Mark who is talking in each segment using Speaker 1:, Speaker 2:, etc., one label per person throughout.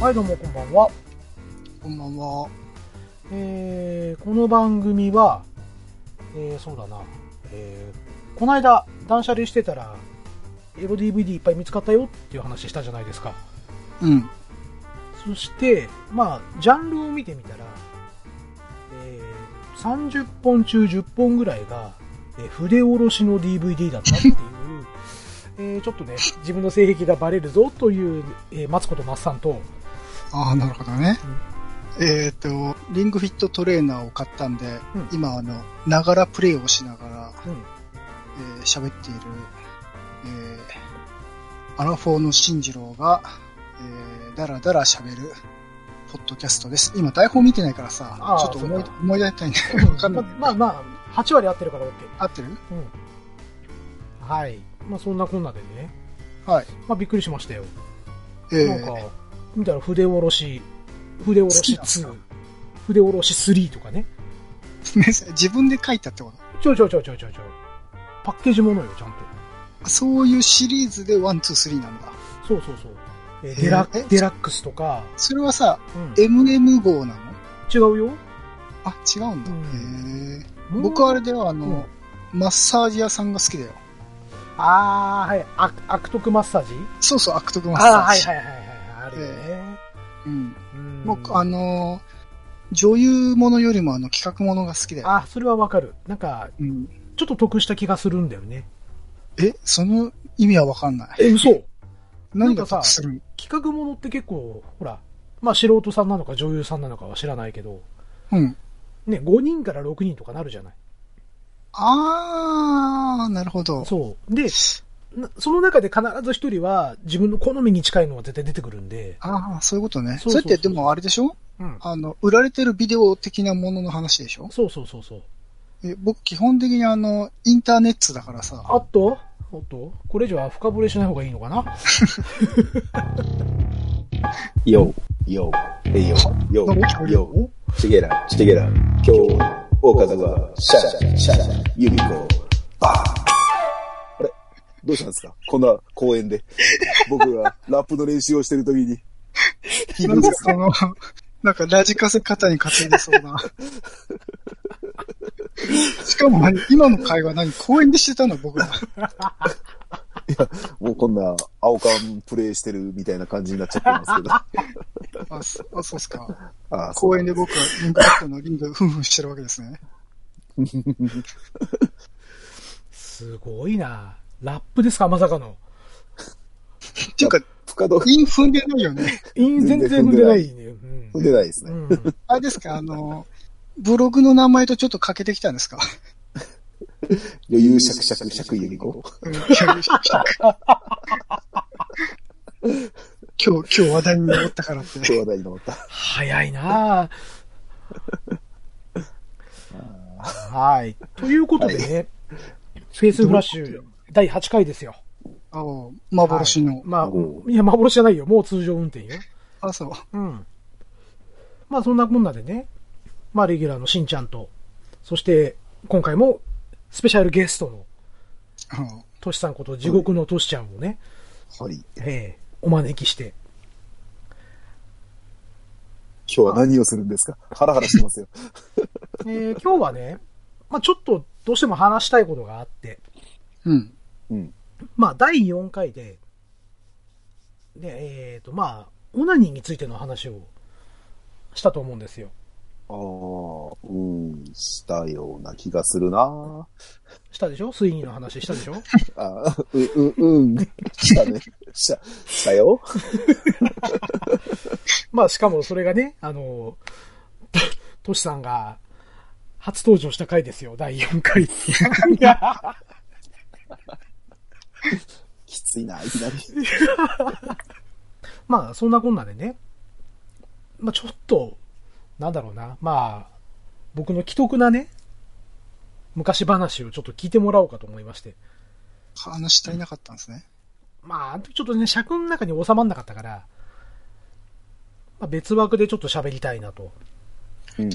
Speaker 1: はい、どうもこんばんは。
Speaker 2: こんばんは。
Speaker 1: えー、この番組は、えー、そうだな、えー、この間、断捨離してたら、エロ DVD いっぱい見つかったよっていう話したじゃないですか。
Speaker 2: うん。
Speaker 1: そして、まあ、ジャンルを見てみたら、えー、30本中10本ぐらいが、えー筆下ろしの DVD だったっていう、 えー、ちょっとね、自分の性癖がバレるぞという、えー、マツコとマッサンと、
Speaker 2: ああ、なるほどね。えっ、と、リングフィットトレーナーを買ったんで、
Speaker 1: うん
Speaker 2: 今、あの、ながらプレイをしながら、
Speaker 1: うん、
Speaker 2: えー喋、っている、えーアラフォーの進次郎が、えー、だらだら喋る、ポッドキャストです。今、台本見てないからさ
Speaker 1: あ、ー
Speaker 2: ちょっと思い
Speaker 1: そうか
Speaker 2: 思い出したいんだけど、わかんない。
Speaker 1: まあまあ、8割合ってるから OK。
Speaker 2: 合ってる
Speaker 1: うん。はい。まあそんなこんなでね、
Speaker 2: はい。
Speaker 1: まあびっくりしましたよ。
Speaker 2: え
Speaker 1: なん
Speaker 2: ー、
Speaker 1: か、見たら筆下ろし、筆下ろし
Speaker 2: 好きな
Speaker 1: 2
Speaker 2: ん、
Speaker 1: 筆下ろし3とかね。
Speaker 2: 自分で書いたってこと
Speaker 1: ちょいちょいちょいちょいちょいちょい。パッケージものよ、ちゃんと。
Speaker 2: あそういうシリーズで1、2、3なんだ。
Speaker 1: そうそうそう。えー
Speaker 2: え
Speaker 1: デラ
Speaker 2: え
Speaker 1: デラックスとか、
Speaker 2: それはさ、
Speaker 1: うん、
Speaker 2: MM 号なの
Speaker 1: 違うよ。
Speaker 2: あ、違うんだ。
Speaker 1: う
Speaker 2: へー僕はあれだよ、あの、マッサージ屋さんが好きだよ。
Speaker 1: あー、はい。あ悪徳マッサージ
Speaker 2: そうそう、悪徳マッ
Speaker 1: あー、
Speaker 2: サー
Speaker 1: はい
Speaker 2: ジ。
Speaker 1: はいはいはい。あるよね。
Speaker 2: うん。
Speaker 1: うん
Speaker 2: 僕、あの、女優ものよりもあの企画ものが好きだよ。
Speaker 1: あ、それはわかる。なんか、
Speaker 2: うん、
Speaker 1: ちょっと得した気がするんだよね。
Speaker 2: え、その意味はわかんない。
Speaker 1: え、嘘
Speaker 2: 何
Speaker 1: な
Speaker 2: が
Speaker 1: んかさ
Speaker 2: 得するの
Speaker 1: 企画ものって結構、ほら、まあ素人さんなのか女優さんなのかは知らないけど、
Speaker 2: うん。
Speaker 1: ね、5人から6人とかなるじゃない。
Speaker 2: あー、なるほど。
Speaker 1: そう。で、なその中で必ず一人は自分の好みに近いのは絶対出てくるんで、
Speaker 2: あー、そういうことね。
Speaker 1: そ
Speaker 2: そうう
Speaker 1: そうそう
Speaker 2: れってでもあれでしょ
Speaker 1: うん。
Speaker 2: あの、売られてるビデオ的なものの話でしょ
Speaker 1: そうそうそうそう。
Speaker 2: え僕、基本的にあの、インターネットだからさ。
Speaker 1: あっとおっとこれ以上は深掘りしない方がいいのかな
Speaker 3: よ、よ、えよ、よ
Speaker 2: なんか聞こ、える
Speaker 3: よ、チゲラ、チゲラ、今日、大風は、シャシャ、シャシャ、ユミコ、バーン。あれどうしたんですかこんな公園で。僕がラップの練習をしてる時に。ひ
Speaker 2: な
Speaker 3: どい
Speaker 2: ん
Speaker 3: で
Speaker 2: か
Speaker 3: す
Speaker 2: その、なんかラジカセ肩に担いでそうな。しかも、今の会話何公園でしてたの僕ら。
Speaker 3: もうこんな、青缶プレイしてるみたいな感じになっちゃってますけど。
Speaker 2: あ、そあそうっすか。
Speaker 3: ああそう
Speaker 2: 公園で僕はリンクアップのリングふんふんしてるわけですね。
Speaker 1: すごいなラップですかまさかの。
Speaker 2: っていうか、
Speaker 3: 深度
Speaker 2: リン踏んでないよね。
Speaker 1: イン全然踏んでないね。うん
Speaker 3: 踏んでないです
Speaker 1: う
Speaker 3: ね。
Speaker 1: ん。
Speaker 2: あれですか、あの、ブログの名前とちょっとかけてきたんですか
Speaker 3: 余裕シャクシャクシャクユミコ。
Speaker 2: うん今日、今日話題に上ったからっ
Speaker 3: 今日
Speaker 2: て。
Speaker 3: 話題に上った。
Speaker 1: 早いな はい。ということでね、フェイスフラッシュ第8回ですよ。
Speaker 2: あお幻の。
Speaker 1: まあ
Speaker 3: お、う
Speaker 1: いや、幻じゃないよ。もう通常運転よ。
Speaker 2: あ、そう。
Speaker 1: うん。まあ、そんなこんなでね、まあ、レギュラーのしんちゃんと、そして、今回も、スペシャルゲストの、
Speaker 2: うん
Speaker 1: としさんこと地獄のとしちゃんをね、
Speaker 3: はい。今
Speaker 1: ええお招きして、
Speaker 3: 日は何をするんですかハラハラしてますよ。
Speaker 1: えー、今日はね、まあ、ちょっと、どうしても話したいことがあって、
Speaker 2: うん。
Speaker 3: うん。
Speaker 1: まあ、第4回で、で、えっ、と、まあ、オナニーについての話をしたと思うんですよ。
Speaker 3: ああ、うん、したような気がするな。
Speaker 1: したでしょ水銀の話したでしょ
Speaker 3: あーう、う、うん、したね。した、したよ。
Speaker 1: まあ、しかもそれがね、あの、ととしさんが初登場した回ですよ、第4回。いや
Speaker 3: きついな、いきなり。
Speaker 1: まあ、そんなこんなでね、まあ、ちょっと、なんだろうな、まあ、僕の既得なね、昔話をちょっと聞いてもらおうかと思いまして。
Speaker 2: 話し足りなかったんですね。
Speaker 1: まあ、あの時ちょっとね、尺の中に収まんなかったから、まあ、別枠でちょっと喋りたいなと。
Speaker 3: うん。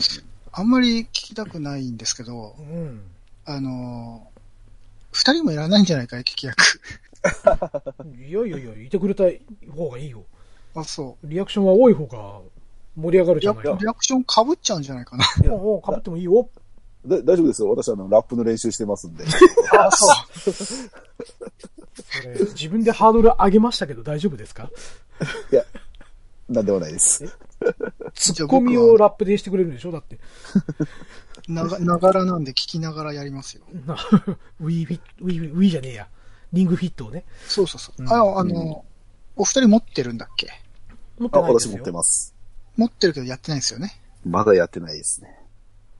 Speaker 2: あんまり聞きたくないんですけど
Speaker 1: う、ん。
Speaker 2: あのー二人もいらないんじゃないかい、聞き役。
Speaker 1: いやいやいや、いてくれた方がいいよ。
Speaker 2: あ、そ
Speaker 1: リアクションは多い方が盛り上がる
Speaker 2: う。
Speaker 1: じゃ
Speaker 2: や
Speaker 1: ない
Speaker 3: い
Speaker 1: か
Speaker 3: や。
Speaker 2: リアクション被っちゃうんじゃないかな。
Speaker 1: いやもうかぶってもいいよ。
Speaker 3: だ大丈夫ですよ。私、あの、ラップの練習してますんで。
Speaker 2: あ、そう。
Speaker 1: それ自分でハードル上げましたけど大丈夫ですか
Speaker 3: いや、なんでもないです。
Speaker 1: ツッコミをラップでしてくれるんでしょだって。
Speaker 2: なが、ながらなんで聞きながらやりますよ。
Speaker 1: な ウィーフィット、ウィーウィーじゃねえや。リングフィットをね。
Speaker 2: そうそうそう。
Speaker 1: うん
Speaker 2: あの、あの、お二人持ってるんだっけ
Speaker 1: 持って
Speaker 3: あ、
Speaker 1: ないです
Speaker 3: 私
Speaker 1: よ。
Speaker 3: 持ってます。
Speaker 2: 持ってるけどやってないんですよね。
Speaker 3: まだやってないですね。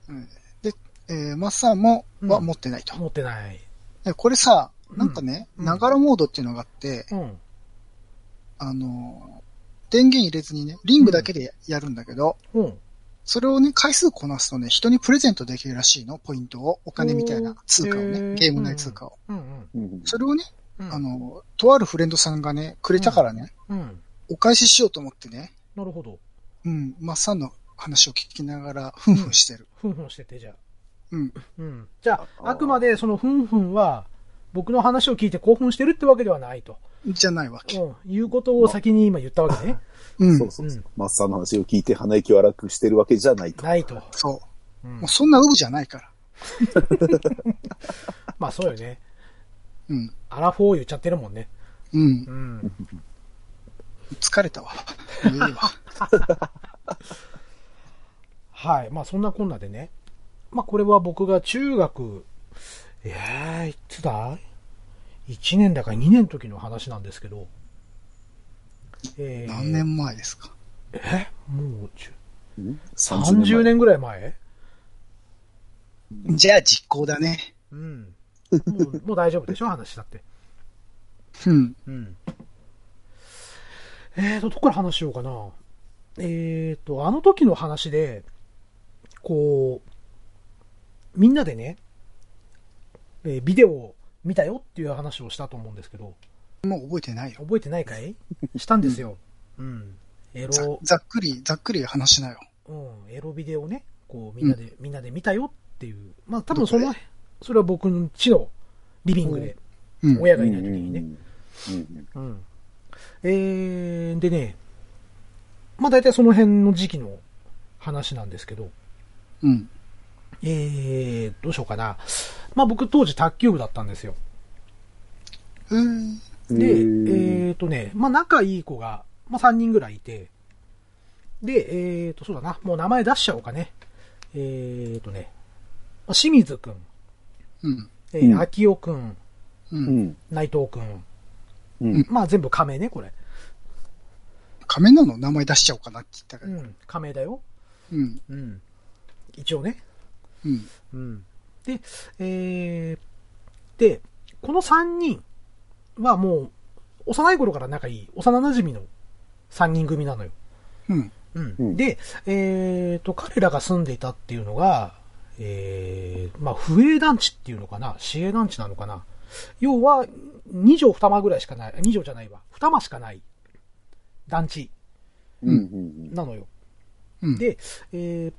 Speaker 2: うん、で、えー、マッサーも、
Speaker 1: うん
Speaker 2: は持ってないと。
Speaker 1: 持ってない。
Speaker 2: でこれさ、なんかね、
Speaker 1: うん
Speaker 2: ながらモードっていうのがあって、
Speaker 1: うん。
Speaker 2: あの、電源入れずにね、リングだけでやるんだけど、
Speaker 1: うん。
Speaker 2: それをね、回数こなすとね、人にプレゼントできるらしいの、ポイントを、お金みたいな通貨を
Speaker 1: へー
Speaker 2: ね、ゲーム内通貨を。
Speaker 1: うんうん。
Speaker 3: うん
Speaker 2: それをね、
Speaker 1: うん。
Speaker 2: あ、の、とあるフレンドさんがね、くれたからね、
Speaker 1: うん。
Speaker 2: お返ししようと思ってね、
Speaker 1: なるほど。
Speaker 2: うん、マッサンの話を聞きながら、ふんふんしてる。
Speaker 1: ふんふんしてて、じゃあ。
Speaker 2: うん。
Speaker 1: うん。じゃあ、
Speaker 3: あ
Speaker 1: あくまでそのふんふんは、僕の話を聞いて興奮してるってわけではないと。
Speaker 2: じゃないわけ。
Speaker 1: うん。いうことを先に今言ったわけね。
Speaker 2: うん。
Speaker 3: そ
Speaker 2: そうう。
Speaker 3: そうそう。マッサーの話を聞いて鼻息を荒くしてるわけじゃないと。
Speaker 1: ないと。うん
Speaker 2: もうそんなウブじゃないから。
Speaker 1: まあそうよね。
Speaker 2: うん。
Speaker 1: アラフォー言っちゃってるもんね。
Speaker 2: うん
Speaker 1: う。ん。
Speaker 2: 疲れたわ。も ういいわ。
Speaker 1: はい。まあそんなこんなでね。まあこれは僕が中学、えー、いつだ ?1 年だか2年の時の話なんですけど。えー
Speaker 2: 何年前ですか。
Speaker 1: えもう10
Speaker 3: 30
Speaker 1: 30
Speaker 3: 年前。
Speaker 1: 年ぐらい前
Speaker 2: じゃあ実行だね。
Speaker 1: うん。もうもう大丈夫でしょ話だって。
Speaker 2: うん。
Speaker 1: うん。えーと、どこから話しようかな。えーと、あの時の話で、こう、みんなでね、えービデオを見たよっていう話をしたと思うんですけど、
Speaker 2: もう覚えてないよ。
Speaker 1: 覚えてないかい したんですよ。うん。エ
Speaker 2: ざ
Speaker 1: ロ、
Speaker 2: ざっくり、ざっくり話しなよ。
Speaker 1: うん、エロビデオね、こう、みんなで、みんなで見たよっていう。まあ、多分その、それは僕の家のリビングで、
Speaker 2: うん。
Speaker 1: 親が
Speaker 3: う
Speaker 1: い
Speaker 3: ん
Speaker 1: な
Speaker 3: う
Speaker 1: い
Speaker 3: ん
Speaker 1: 時にね。
Speaker 3: うんうん
Speaker 1: うん。えー、でね、まあ大体その辺の時期の話なんですけど、
Speaker 2: うん。
Speaker 1: えー、どうしようかな。まあ僕当時卓球部だったんですよ。
Speaker 2: うん。
Speaker 1: で、え
Speaker 3: うん。
Speaker 1: ーとね、まあ仲いい子が、まあ3人ぐらいいて、で、えーと、そうだな、もう名前出しちゃおうかね。えーとね、まあ清水くん、
Speaker 2: うん。
Speaker 1: えー
Speaker 3: うん
Speaker 1: 秋代くん、
Speaker 2: う。
Speaker 3: うんん。
Speaker 1: 内藤くん、
Speaker 3: うん。
Speaker 1: まあ全部仮名ね、これ。
Speaker 2: 仮面なの名前出しちゃおうかなって言ったか
Speaker 1: う
Speaker 2: ら。
Speaker 1: ん、仮名だよ。
Speaker 2: うん。
Speaker 1: うん。一応ね。
Speaker 2: うん。
Speaker 1: うん。で、えー、で、この3人はもう、幼い頃から仲いい、幼馴染の3人組なのよ。
Speaker 2: うん。
Speaker 1: うん。
Speaker 3: うん
Speaker 1: で、えーと、彼らが住んでいたっていうのが、えー、まあ、不営団地っていうのかな市営団地なのかな要は、2畳2間ぐらいしかない、2畳じゃないわ。2間しかない団地
Speaker 3: うんうん。
Speaker 1: なのよ。
Speaker 2: うん。
Speaker 1: で、えー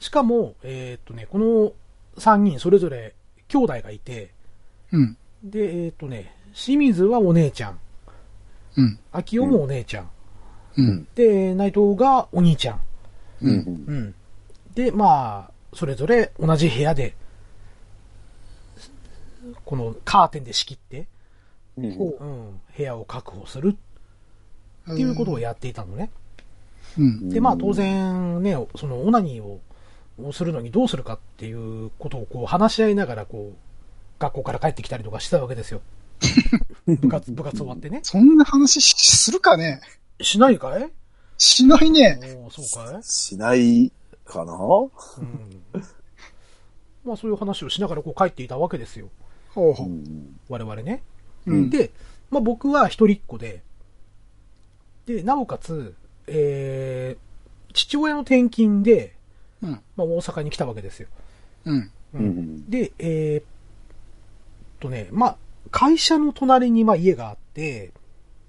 Speaker 1: しかも、えーっとね、この3人それぞれ兄弟がいて、
Speaker 2: うん。
Speaker 1: で、えーっとね、清水はお姉ちゃん、
Speaker 2: うん。
Speaker 1: 秋代もお姉ちゃん、
Speaker 2: うん。
Speaker 1: で、内藤がお兄ちゃん。
Speaker 3: うん
Speaker 2: う。
Speaker 3: うんん。
Speaker 1: うん。で、まあ、それぞれ同じ部屋で、このカーテンで仕切って、
Speaker 3: うんうん
Speaker 1: うん、部屋を確保するっていうことをやっていたのね。
Speaker 2: うん。
Speaker 1: で、まあ当然ね、そのオナニーををするのにどうするかっていうことをこう話し合いながらこう、学校から帰ってきたりとかしてたわけ ですよ。部活、部活終わってね。
Speaker 2: そんな話しするかね
Speaker 1: しないかい
Speaker 2: しないね。
Speaker 1: おーそうかい、
Speaker 3: しないかな
Speaker 1: うん、まあそういう話をしながらこう帰っていたわけですよ。
Speaker 2: ほう
Speaker 3: う
Speaker 2: ほう。
Speaker 3: ん
Speaker 1: 我々ね。
Speaker 2: うん。
Speaker 1: で、まあ僕は一人っ子で、で、なおかつ、えー、父親の転勤で、
Speaker 2: うん。
Speaker 1: まあ大阪に来たわけですよ。
Speaker 2: うん。
Speaker 3: うんうん
Speaker 1: で、えーっとね、まあ、会社の隣にまあ家があって、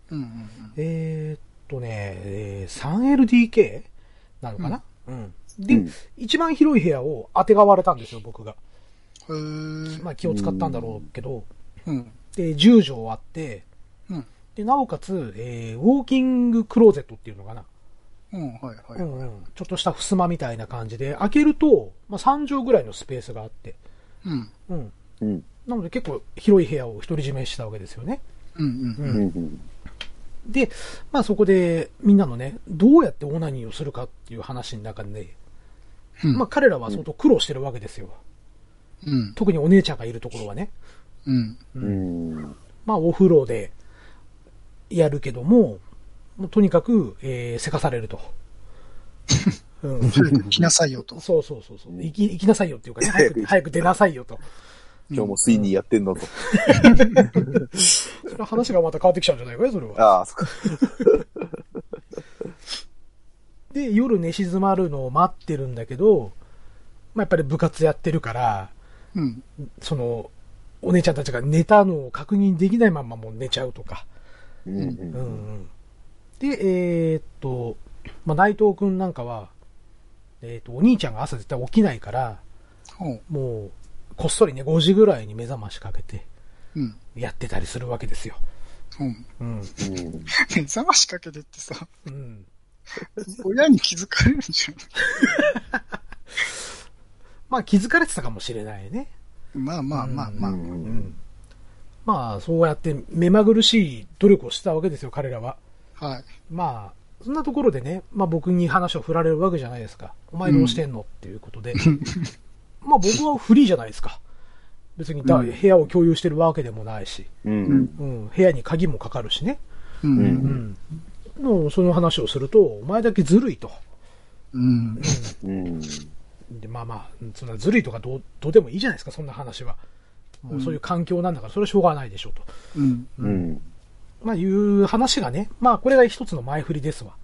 Speaker 2: うん。
Speaker 1: えーっとね、えー 3LDK なのかな、うん、で、
Speaker 3: うん
Speaker 1: 一番広い部屋をあてがわれたんですよ、僕が。
Speaker 2: うん。へえ。
Speaker 1: まあ気を使ったんだろうけど、
Speaker 2: うん。
Speaker 1: で、10畳あって、
Speaker 2: うん
Speaker 1: で、なおかつ、えーウォーキングクローゼットっていうのかな。
Speaker 2: うん、はい、はい。
Speaker 1: うんうん。ちょっとした襖みたいな感じで、開けると、まあ、3畳ぐらいのスペースがあって、
Speaker 2: うん、
Speaker 1: うん。
Speaker 3: うん。
Speaker 1: なので結構広い部屋を独り占めしたわけですよね。
Speaker 2: うん、うん。
Speaker 3: うん。うん。
Speaker 1: で、まあそこでみんなのね、どうやってオナニーをするかっていう話の中で、
Speaker 2: うん
Speaker 1: まあ彼らは相当苦労してるわけですよ。
Speaker 2: うん、
Speaker 1: 特にお姉ちゃんがいるところはね。
Speaker 2: うん、
Speaker 3: うん。
Speaker 1: まあお風呂でやるけども、もうとにかく、えー、せかされ ると。うん、そ
Speaker 2: 来なさいよと
Speaker 1: う。そうそうそう。行き、行きなさいよっていうかね、早く、早く出なさいよと。
Speaker 3: 今日もスイニーやってんのと。
Speaker 1: それは話がまた変わってきちゃうんじゃないかよ、それは。
Speaker 3: ああ、そっか。
Speaker 1: で、夜寝静まるのを待ってるんだけど、まあ、やっぱり部活やってるから、
Speaker 2: うん、
Speaker 1: その、お姉ちゃんたちが寝たのを確認できないままもう寝ちゃうとか。
Speaker 3: うんう
Speaker 1: うん
Speaker 3: ん。
Speaker 1: うん。で、えーっと、まあ、内藤くんなんかは、えーっと、お兄ちゃんが朝絶対起きないから、
Speaker 2: ほう、
Speaker 1: もう、こっそりね、5時ぐらいに目覚ましかけて、
Speaker 2: うん、
Speaker 1: やってたりするわけですよ。
Speaker 2: ほう。
Speaker 1: うん。
Speaker 3: うん
Speaker 2: 目覚ましかけてってさ、
Speaker 1: うん。
Speaker 2: 親に気づかれるんじ
Speaker 1: まあ、気づかれてたかもしれないね。
Speaker 2: ゃん。まあまあまあまあ。
Speaker 3: うん
Speaker 1: うん。まあ、そうやって目まぐるしい努力をしてたわけですよ、彼らは。
Speaker 2: はい。
Speaker 1: まあ、そんなところでね、まあ僕に話を振られるわけじゃないですか。お前どうしてんの、っていうことで。 まあ僕はフリーじゃないですか。別にだ、
Speaker 2: うん
Speaker 1: 部屋を共有してるわけでもないし、
Speaker 3: うん。
Speaker 1: うん、部屋に鍵もかかるしね。
Speaker 2: う。
Speaker 3: うんん。
Speaker 1: のその話をすると、お前だけずるいと。
Speaker 2: うん。
Speaker 3: うん。
Speaker 1: でまあまあ、そんなずるいとかどうどうでもいいじゃないですか、そんな話は。もうそういう環境なんだから、それはしょうがないでしょうと。
Speaker 2: うん。
Speaker 3: うん。
Speaker 1: まあいう話がね、まあこれが一つの前振りですわ。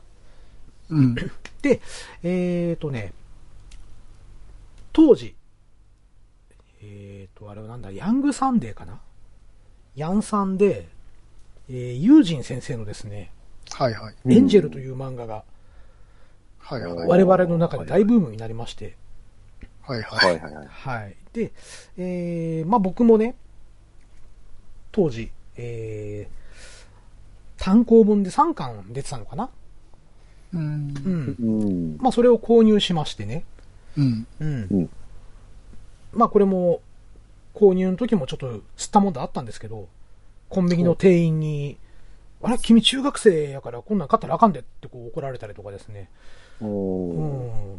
Speaker 2: うん。
Speaker 1: で、えっ、とね、当時、えっ、と、あれはなんだ、ヤングサンデーかなヤンサンで、えー、ユージン先生のですね、
Speaker 2: はいはい。
Speaker 1: エンジェルという漫画が
Speaker 2: はいはい。
Speaker 1: 我々の中で大ブームになりまして、
Speaker 2: はいは。
Speaker 3: はいいはいはい。
Speaker 1: はい。で、えー、まあ僕もね、当時、えー、単行本で3巻出てたのかな
Speaker 2: うん。
Speaker 1: うん。
Speaker 3: うん。
Speaker 1: まあそれを購入しましてね、
Speaker 2: うん。
Speaker 1: うん
Speaker 3: うん
Speaker 1: まあこれも、購入の時もちょっと吸ったもんだあったんですけど、コンビニの店員に、あれ君中学生やからこんなん買ったらあかんでってこう怒られたりとかですね。う
Speaker 3: お
Speaker 1: ん。
Speaker 3: ー
Speaker 2: え、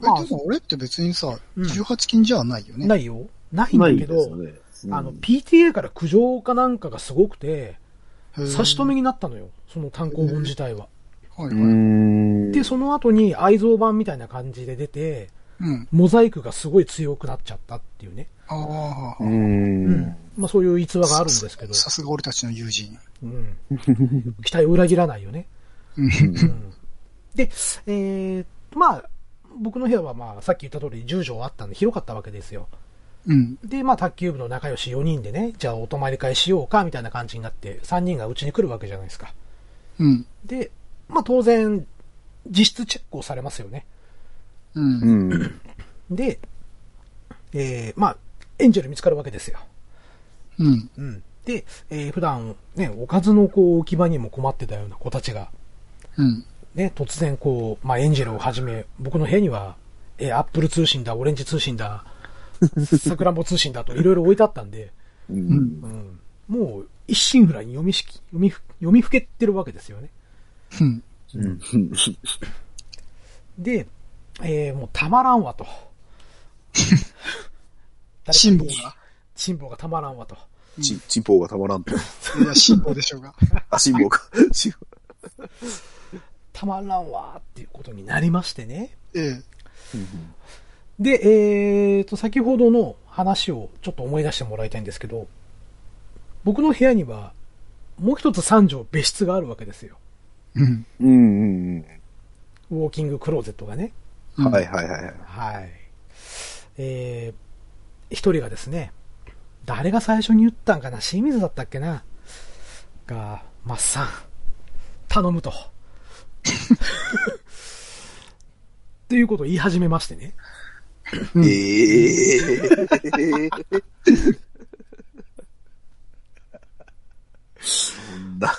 Speaker 2: で
Speaker 1: まあ
Speaker 2: も俺って別にさ、
Speaker 1: うん
Speaker 2: 18禁じゃないよね。。
Speaker 1: ないいよ。ないんだけ
Speaker 3: です
Speaker 1: ど、
Speaker 3: よね
Speaker 1: あの、PTA から苦情かなんかがすごくて、差
Speaker 2: 差
Speaker 1: し止め。になったのよ。その単行本自体は。
Speaker 2: はいうはい。
Speaker 3: ん。
Speaker 1: で、その後に愛蔵版みたいな感じで出て、
Speaker 2: うん。
Speaker 1: モザイクがすごい強くなっちゃったっていうね。
Speaker 2: ああ。
Speaker 3: うん。
Speaker 1: まあそういう逸話があるんですけど。
Speaker 2: さすが俺たちの友人。
Speaker 1: うん。期待を裏切らないよね。
Speaker 2: うん。
Speaker 1: うんで、えー、まあ、僕の部屋はまあ、さっき言った通り10畳あったんで広かったわけですよ。
Speaker 2: うん。
Speaker 1: で、まあ、卓球部の仲良し4人でね、じゃあお泊まり会しようか、みたいな感じになって、3人がうちに来るわけじゃないですか。
Speaker 2: うん。
Speaker 1: で、まあ、当然、実質チェックをされますよね。
Speaker 2: う。
Speaker 3: うんん。
Speaker 1: で、えー、まあ、エンジェル見つかるわけですよ。
Speaker 2: うん。
Speaker 1: うん。で、えー、普段、ね、おかずのこう、置き場にも困ってたような子たちが、
Speaker 2: うん。
Speaker 1: ね、突然こう、まあ、エンジェルをはじめ、僕の部屋には、えーアップル通信だ、オレンジ通信 だ、サクランボ通信だといろいろ置いてあったんで、
Speaker 3: うん。
Speaker 1: うん、もう一心不乱に読みしき、読みふ、読みふけってるわけですよね。
Speaker 2: うん。
Speaker 3: うん。
Speaker 1: で、えーもうたまらんわと。
Speaker 2: 辛抱が。
Speaker 1: 辛抱がたまらんわと。
Speaker 3: ち、ちんぽうがたまらんと。
Speaker 2: いや、辛抱でしょうが。
Speaker 3: あ、辛抱か。辛
Speaker 1: たまらんわっていうことになりましてね。
Speaker 2: え
Speaker 1: で、えーと、先ほどの話をちょっと思い出してもらいたいんですけど、僕の部屋には、もう一つ三畳別室があるわけですよ。
Speaker 2: え。うん。
Speaker 3: 抱うんうん
Speaker 1: ウォーキングクローゼットがね。
Speaker 3: うん。はいはいはいはい。
Speaker 1: はい。えー、一人がですね、誰が最初に言ったんかな清水だったっけなが、マッサン、頼むと。 っていうことを言い始めましてね。
Speaker 2: うん
Speaker 3: ええー。そんな。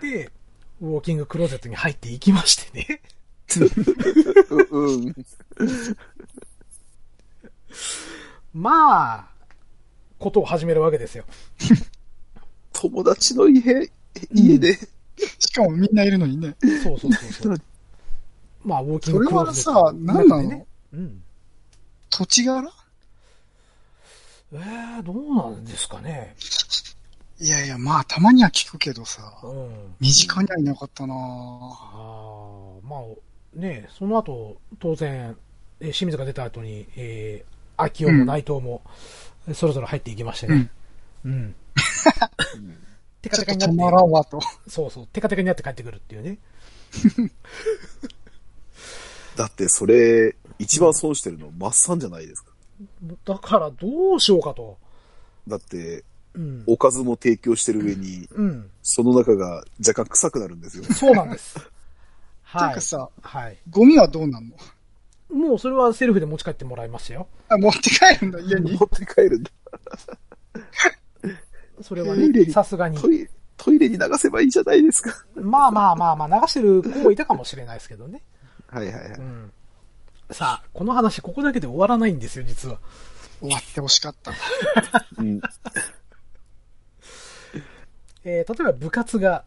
Speaker 1: で、ウォーキングクローゼットに入っていきましてね。
Speaker 3: う、うん。
Speaker 1: まあ、ことを始めるわけですよ。
Speaker 3: 友達の家、家で。
Speaker 2: しかもみんないるのにね。
Speaker 1: そうそうそうそ う。まあ、ウォーキングクローゼット。
Speaker 2: それはさ何なの
Speaker 1: うん。
Speaker 2: 土地柄
Speaker 1: えー、どうなんですかね。
Speaker 2: いやいや、まあ、たまには聞くけどさ
Speaker 1: う、ん。
Speaker 2: 身近にはいなかったなぁ
Speaker 1: ああ、まあ、ねその後、当然、えー清水が出た後に、えー、秋夫も内藤も、それぞれ入っていきましてね。うん。 テカ
Speaker 2: ちょ
Speaker 1: テ
Speaker 2: っ
Speaker 1: カ
Speaker 2: と
Speaker 1: に
Speaker 2: た
Speaker 1: な
Speaker 2: ま
Speaker 1: っ
Speaker 2: ら
Speaker 1: て、
Speaker 2: んわと。
Speaker 1: そうそう、テカテカになって帰ってくるっていうね。
Speaker 3: だってそれ、一番損してるの、マッサンじゃないですか。
Speaker 1: だから、どうしようかと。
Speaker 3: だって、
Speaker 1: うん。
Speaker 3: おかずも提供してる上に、
Speaker 1: うん。
Speaker 3: その中が若干臭くなるんですよ。
Speaker 1: そうなん です。
Speaker 2: て
Speaker 1: はいいう
Speaker 2: か。さ、
Speaker 1: はい。
Speaker 2: ゴミはどうなんの
Speaker 1: もうそれはセルフで持ち帰ってもらいましたよ。
Speaker 2: あ、持って帰るんだ、家に
Speaker 3: 持。って帰るんだ。
Speaker 1: それは
Speaker 3: トイレ
Speaker 1: ね、
Speaker 3: に
Speaker 1: さすがに。
Speaker 3: トイレ、トイレに流せばいいじゃないですか。
Speaker 1: まあまあまあまあ、流してる子もいたかもしれないですけどね。
Speaker 3: はいはいはい。
Speaker 1: うん。さあ、この話、ここだけで終わらないんですよ、実は。
Speaker 2: 終わってほしかった。
Speaker 3: うん。
Speaker 1: えー例えば部活が、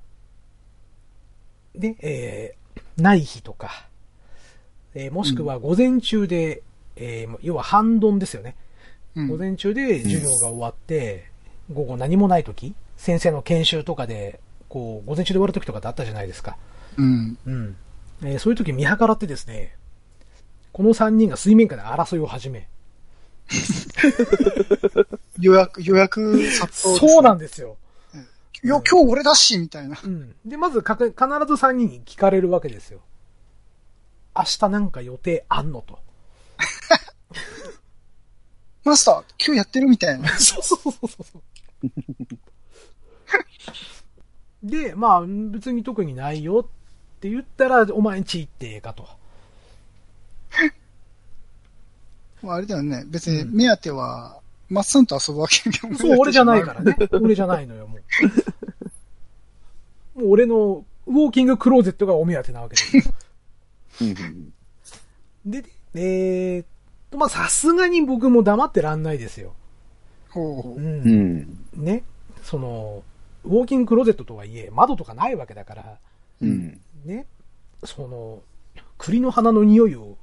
Speaker 1: ね、えーない日とか、えーもしくは午前中で、えー要は半ドンですよね。
Speaker 2: うん
Speaker 1: 午。前中で授業が終わって、午後何もない時、先生の研修とかで、こう、午前中で終わる時とかってあったじゃないですか。
Speaker 2: うん。
Speaker 1: うん。えーそういう時見計らってですね、この3人が水面下で争いを始め、
Speaker 2: 予約、予約殺到ですね、
Speaker 1: そうなんですよ。
Speaker 2: いや、今日俺だし、みたいな。
Speaker 1: うん。で、まずかく、必ず3人に聞かれるわけですよ。明日なんか予定あんのと。
Speaker 2: マスター、今日やってるみたいな。
Speaker 1: そうそうそうそうそう。で、まあ、別に特にないよって言ったら、お前んち行ってええかと。
Speaker 2: まあ、あれだよね。別に、目当ては、マッサンと遊ぶわけにも
Speaker 1: そう、俺じゃない からね。俺じゃないのよ、もう。もう俺のウォーキングクローゼットがお目当てなわけですよ。
Speaker 3: うん
Speaker 1: で、えーっと、まあ、さすがに僕も黙ってらんないですよ。
Speaker 2: ほうほ
Speaker 1: う。
Speaker 2: う。
Speaker 3: うんん。
Speaker 1: ね。その、ウォーキングクローゼットとはいえ、窓とかないわけだから、
Speaker 3: うん。
Speaker 1: ね。その、栗の花の匂いを、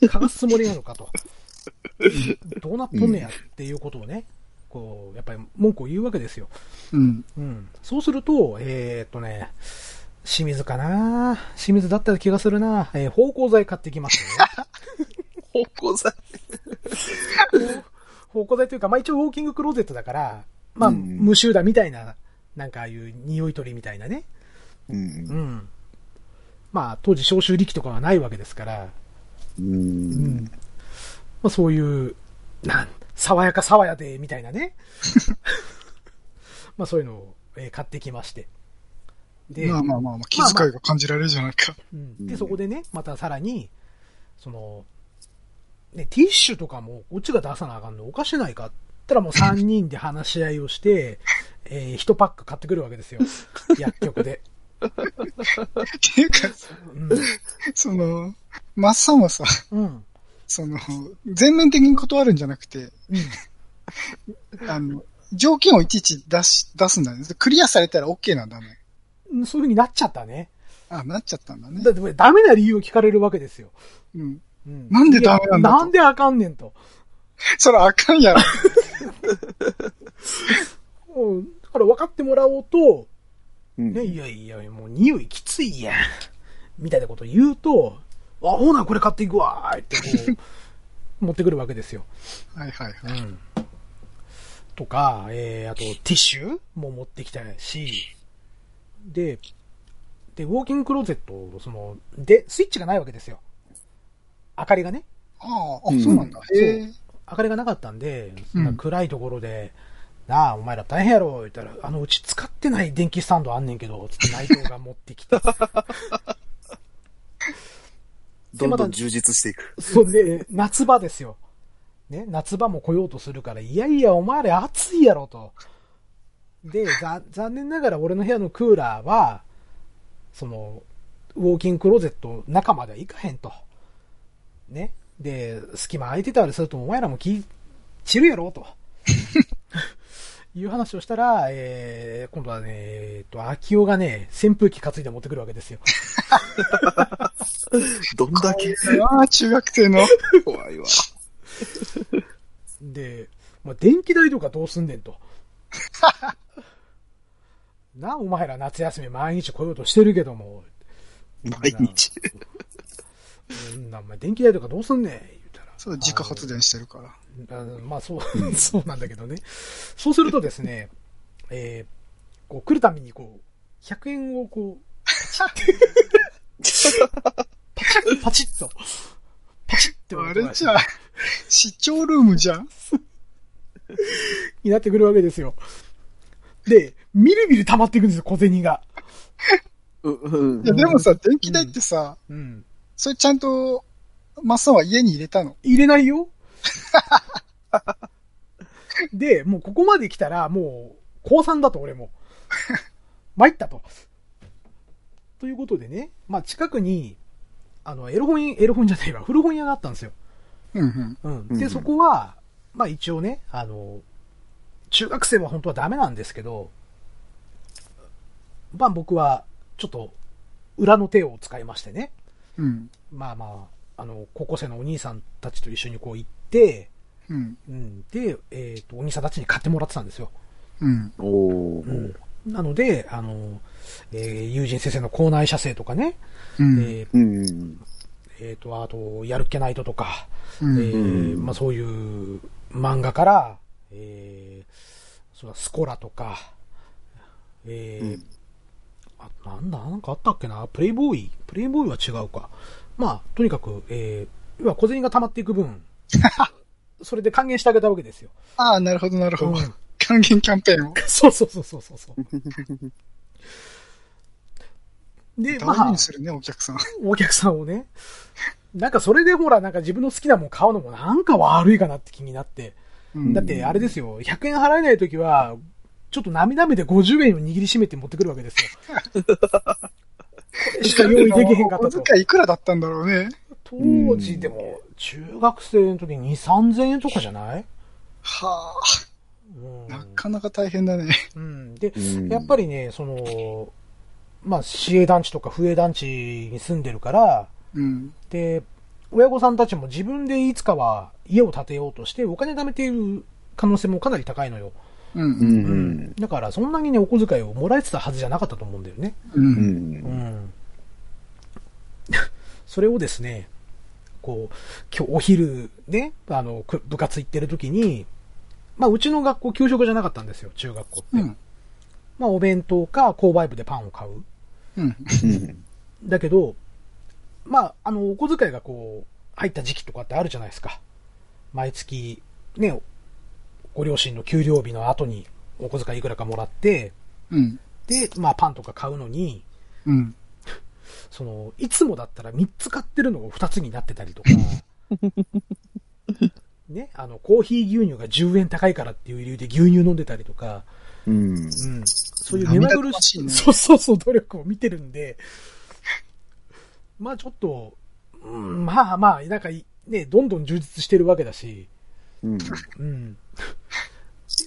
Speaker 1: 嗅がすつもりなのか と。どうなっとんねやっていうことをね、こう、やっぱり文句を言うわけですよ。
Speaker 2: うん。
Speaker 1: うん。そうすると、えーっとね、清水かな清水だった気がするなえー、芳香剤買ってきましたね。
Speaker 3: 方向剤。
Speaker 1: 芳香剤というか、まあ一応ウォーキングクローゼットだから、まあ、
Speaker 3: うん
Speaker 1: 無臭だみたいな、なんかああいう匂い取りみたいなね。
Speaker 3: う。
Speaker 1: うんん。まあ当時消臭力とかはないわけですから、
Speaker 3: う。
Speaker 1: うんん。まあそういう、なん、爽やか爽やで、みたいなね。まあそういうのを、えー買ってきまして。で、
Speaker 2: まあまあまあまあ、気遣いが感じられるじゃないか。
Speaker 1: うん、
Speaker 3: う
Speaker 1: で、
Speaker 3: ん
Speaker 1: そこでね、またさらに、その、ね、ティッシュとかもこっちが出さなあかんのおかしないかって言 ったらもう3人で話し合いをして、えー、1パック買ってくるわけ ですよ。薬局で。
Speaker 2: っていうか、
Speaker 1: うん。
Speaker 2: その、マッサンはさ、
Speaker 1: うん。
Speaker 2: その、全面的に断るんじゃなくて、あの、条件をいちいち出し、出すんだね。クリアされたら OK なんだね。
Speaker 1: うん。そういう風になっちゃったね。
Speaker 2: あ、なっちゃったんだね
Speaker 1: だ。ってこれダメな理由を聞かれるわけですよ。
Speaker 2: うん。
Speaker 1: うん
Speaker 2: なんでダメなんだ
Speaker 1: い
Speaker 2: と
Speaker 1: やなんであかんねんと。
Speaker 2: そらあかんやろ。
Speaker 1: うんだから分かってもらおうと、
Speaker 3: うん
Speaker 1: ね、いやいや、もう匂いきついやん。みたいなこと言うと、あ、ほな、これ買っていくわーってこ う、持ってくるわけですよ。
Speaker 2: はいはいはい。
Speaker 1: うん。とか、えー、あと、ティッシュも持ってきたし、で、で、ウォーキングクローゼット、その、で、スイッチがないわけですよ。明かりがね。
Speaker 2: ああ、あ、
Speaker 3: うん
Speaker 2: そうなんだ。
Speaker 1: う
Speaker 2: へえ。
Speaker 1: 明かりがなかったんで、
Speaker 2: うん
Speaker 1: そんな暗いところで、なあ、お前ら大変やろ、言ったら、あの、うち使ってない電気スタンドあんねんけど、つって内藤が持ってきて。
Speaker 3: どんどん充実していく。
Speaker 1: そんで、夏場ですよ。ね、夏場も来ようとするから、いやいや、お前ら暑いやろ、と。で、ざ残念ながら俺の部屋のクーラーは、その、ウォーキングクローゼットの中までは行かへんと。ね。で、隙間空いてたりすると、お前らも気、散るやろと。いう話をしたら、えー、今度はね、えーと、秋夫がね、扇風機担いで持ってくるわけですよ。
Speaker 3: どんだけ
Speaker 2: うわー中学 生の。
Speaker 3: 怖いわ。
Speaker 1: で、まあ、電気代とかどうすんねん と。な、お前ら夏休み毎日来ようとしてるけども、
Speaker 3: 毎日。
Speaker 1: うんなお前電気代とかどうすんねん、言ったら。
Speaker 2: そう、自家発電してるから。
Speaker 1: あのまあそう、 そうなんだけどね。そうするとですね、えー、こう来るたびにこう、100円をこう、パチッ、パチッと、パチッって
Speaker 2: あ
Speaker 1: 音
Speaker 2: れ
Speaker 1: が
Speaker 2: じゃん、視聴ルームじゃん。
Speaker 1: になってくるわけですよ。で、みるみる溜まっていくんですよ、小銭が。
Speaker 3: うんうん
Speaker 2: いや、でもさ、電気代ってさ、
Speaker 1: うん。
Speaker 2: それちゃんと、マッサンは家に入れたの。
Speaker 1: 入れないよ。で、もうここまで来たら、もう、高3だと俺も。参ったと。ということでね、まあ近くに、あの、エロ本屋、エロ本じゃないわ、古本屋があったんですよ。
Speaker 2: うんうん。
Speaker 1: うん。
Speaker 3: うんう
Speaker 1: で、
Speaker 3: ん
Speaker 1: そこは、まあ一応ね、あの、中学生は本当はダメなんですけど、まあ僕は、ちょっと、裏の手を使いましてね、
Speaker 2: うん。
Speaker 1: まあまあ、あの、高校生のお兄さんたちと一緒にこう行って、
Speaker 2: うん。
Speaker 1: うん、で、えっ、と、お兄さんたちに買ってもらってたんですよ。
Speaker 2: うん。
Speaker 3: おー
Speaker 1: うんなので、あの、えー友人先生の校内写生とかね、
Speaker 2: うん。
Speaker 1: えっ、
Speaker 3: うんうん。
Speaker 1: えーと、あと、やるっけないととか、え
Speaker 2: うん。
Speaker 1: ー
Speaker 3: うん
Speaker 1: まあそういう漫画から、えー、そうだ、スコラとか、えー
Speaker 3: うん
Speaker 1: あ、なんだ、なんかあったっけな、プレイボーイプレイボーイは違うか。まあ、とにかく、えー、要は小銭が溜まっていく分、それで還元してあげたわけですよ。
Speaker 2: ああ、なるほど、なるほど
Speaker 1: うん。
Speaker 2: 還元キャンペーンを。
Speaker 1: そうそうそうそうそうそう。で、ま
Speaker 2: 大事
Speaker 1: あ
Speaker 2: に、するね、お客さん。
Speaker 1: お客さんをね、なんかそれでほら、なんか自分の好きなもん買うのもなんか悪いかなって気になって。
Speaker 2: うん
Speaker 1: だってあれですよ、100円払えないときは、ちょっと涙目で50円を握りしめて持ってくるわけですよ。 これしか用意できへんかった
Speaker 2: お
Speaker 1: と。
Speaker 2: 小遣いいくらだったんだろうね。
Speaker 1: 当時でも、中学生の時に2、3000円とかじゃない
Speaker 2: は
Speaker 1: うん
Speaker 2: あ、なかなか大変だね。
Speaker 1: うん。で、
Speaker 3: うん
Speaker 1: やっぱりね、その、まあ、市営団地とか府営団地に住んでるから、
Speaker 2: うん。
Speaker 1: で、親御さんたちも自分でいつかは家を建てようとしてお金貯めている可能性もかなり高いのよ。
Speaker 2: う。
Speaker 3: うんん
Speaker 1: だからそんなにね、お小遣いをもらえてたはずじゃなかったと思うんだよね。
Speaker 2: う。
Speaker 3: うん。
Speaker 1: うんん。 それをですね、こう、今日お昼ね、あの、く部活行ってる時に、まあ、うちの学校給食じゃなかったんですよ、中学校って。
Speaker 2: うん。
Speaker 1: まあ、お弁当か購買部でパンを買う。
Speaker 2: うん。
Speaker 3: うん
Speaker 1: だけど、まあ、あの、お小遣いがこう、入った時期とかってあるじゃないですか。毎月、ね、ご両親の給料日の後にお小遣いいくらかもらって、
Speaker 2: うん。
Speaker 1: で、まあ、パンとか買うのに、
Speaker 2: うん。
Speaker 1: その、いつもだったら3つ買ってるのが2つになってたりとか、ね、あの、コーヒー牛乳が10円高いからっていう理由で牛乳飲んでたりとか、
Speaker 3: うん。
Speaker 1: うん、そういう目まぐるしい、
Speaker 2: 涙ぐましいね
Speaker 1: そうそうそう、努力を見てるんで、まあちょっと、うんまあまあ、なんかい、ね、どんどん充実してるわけだし、
Speaker 3: うん。
Speaker 1: うん。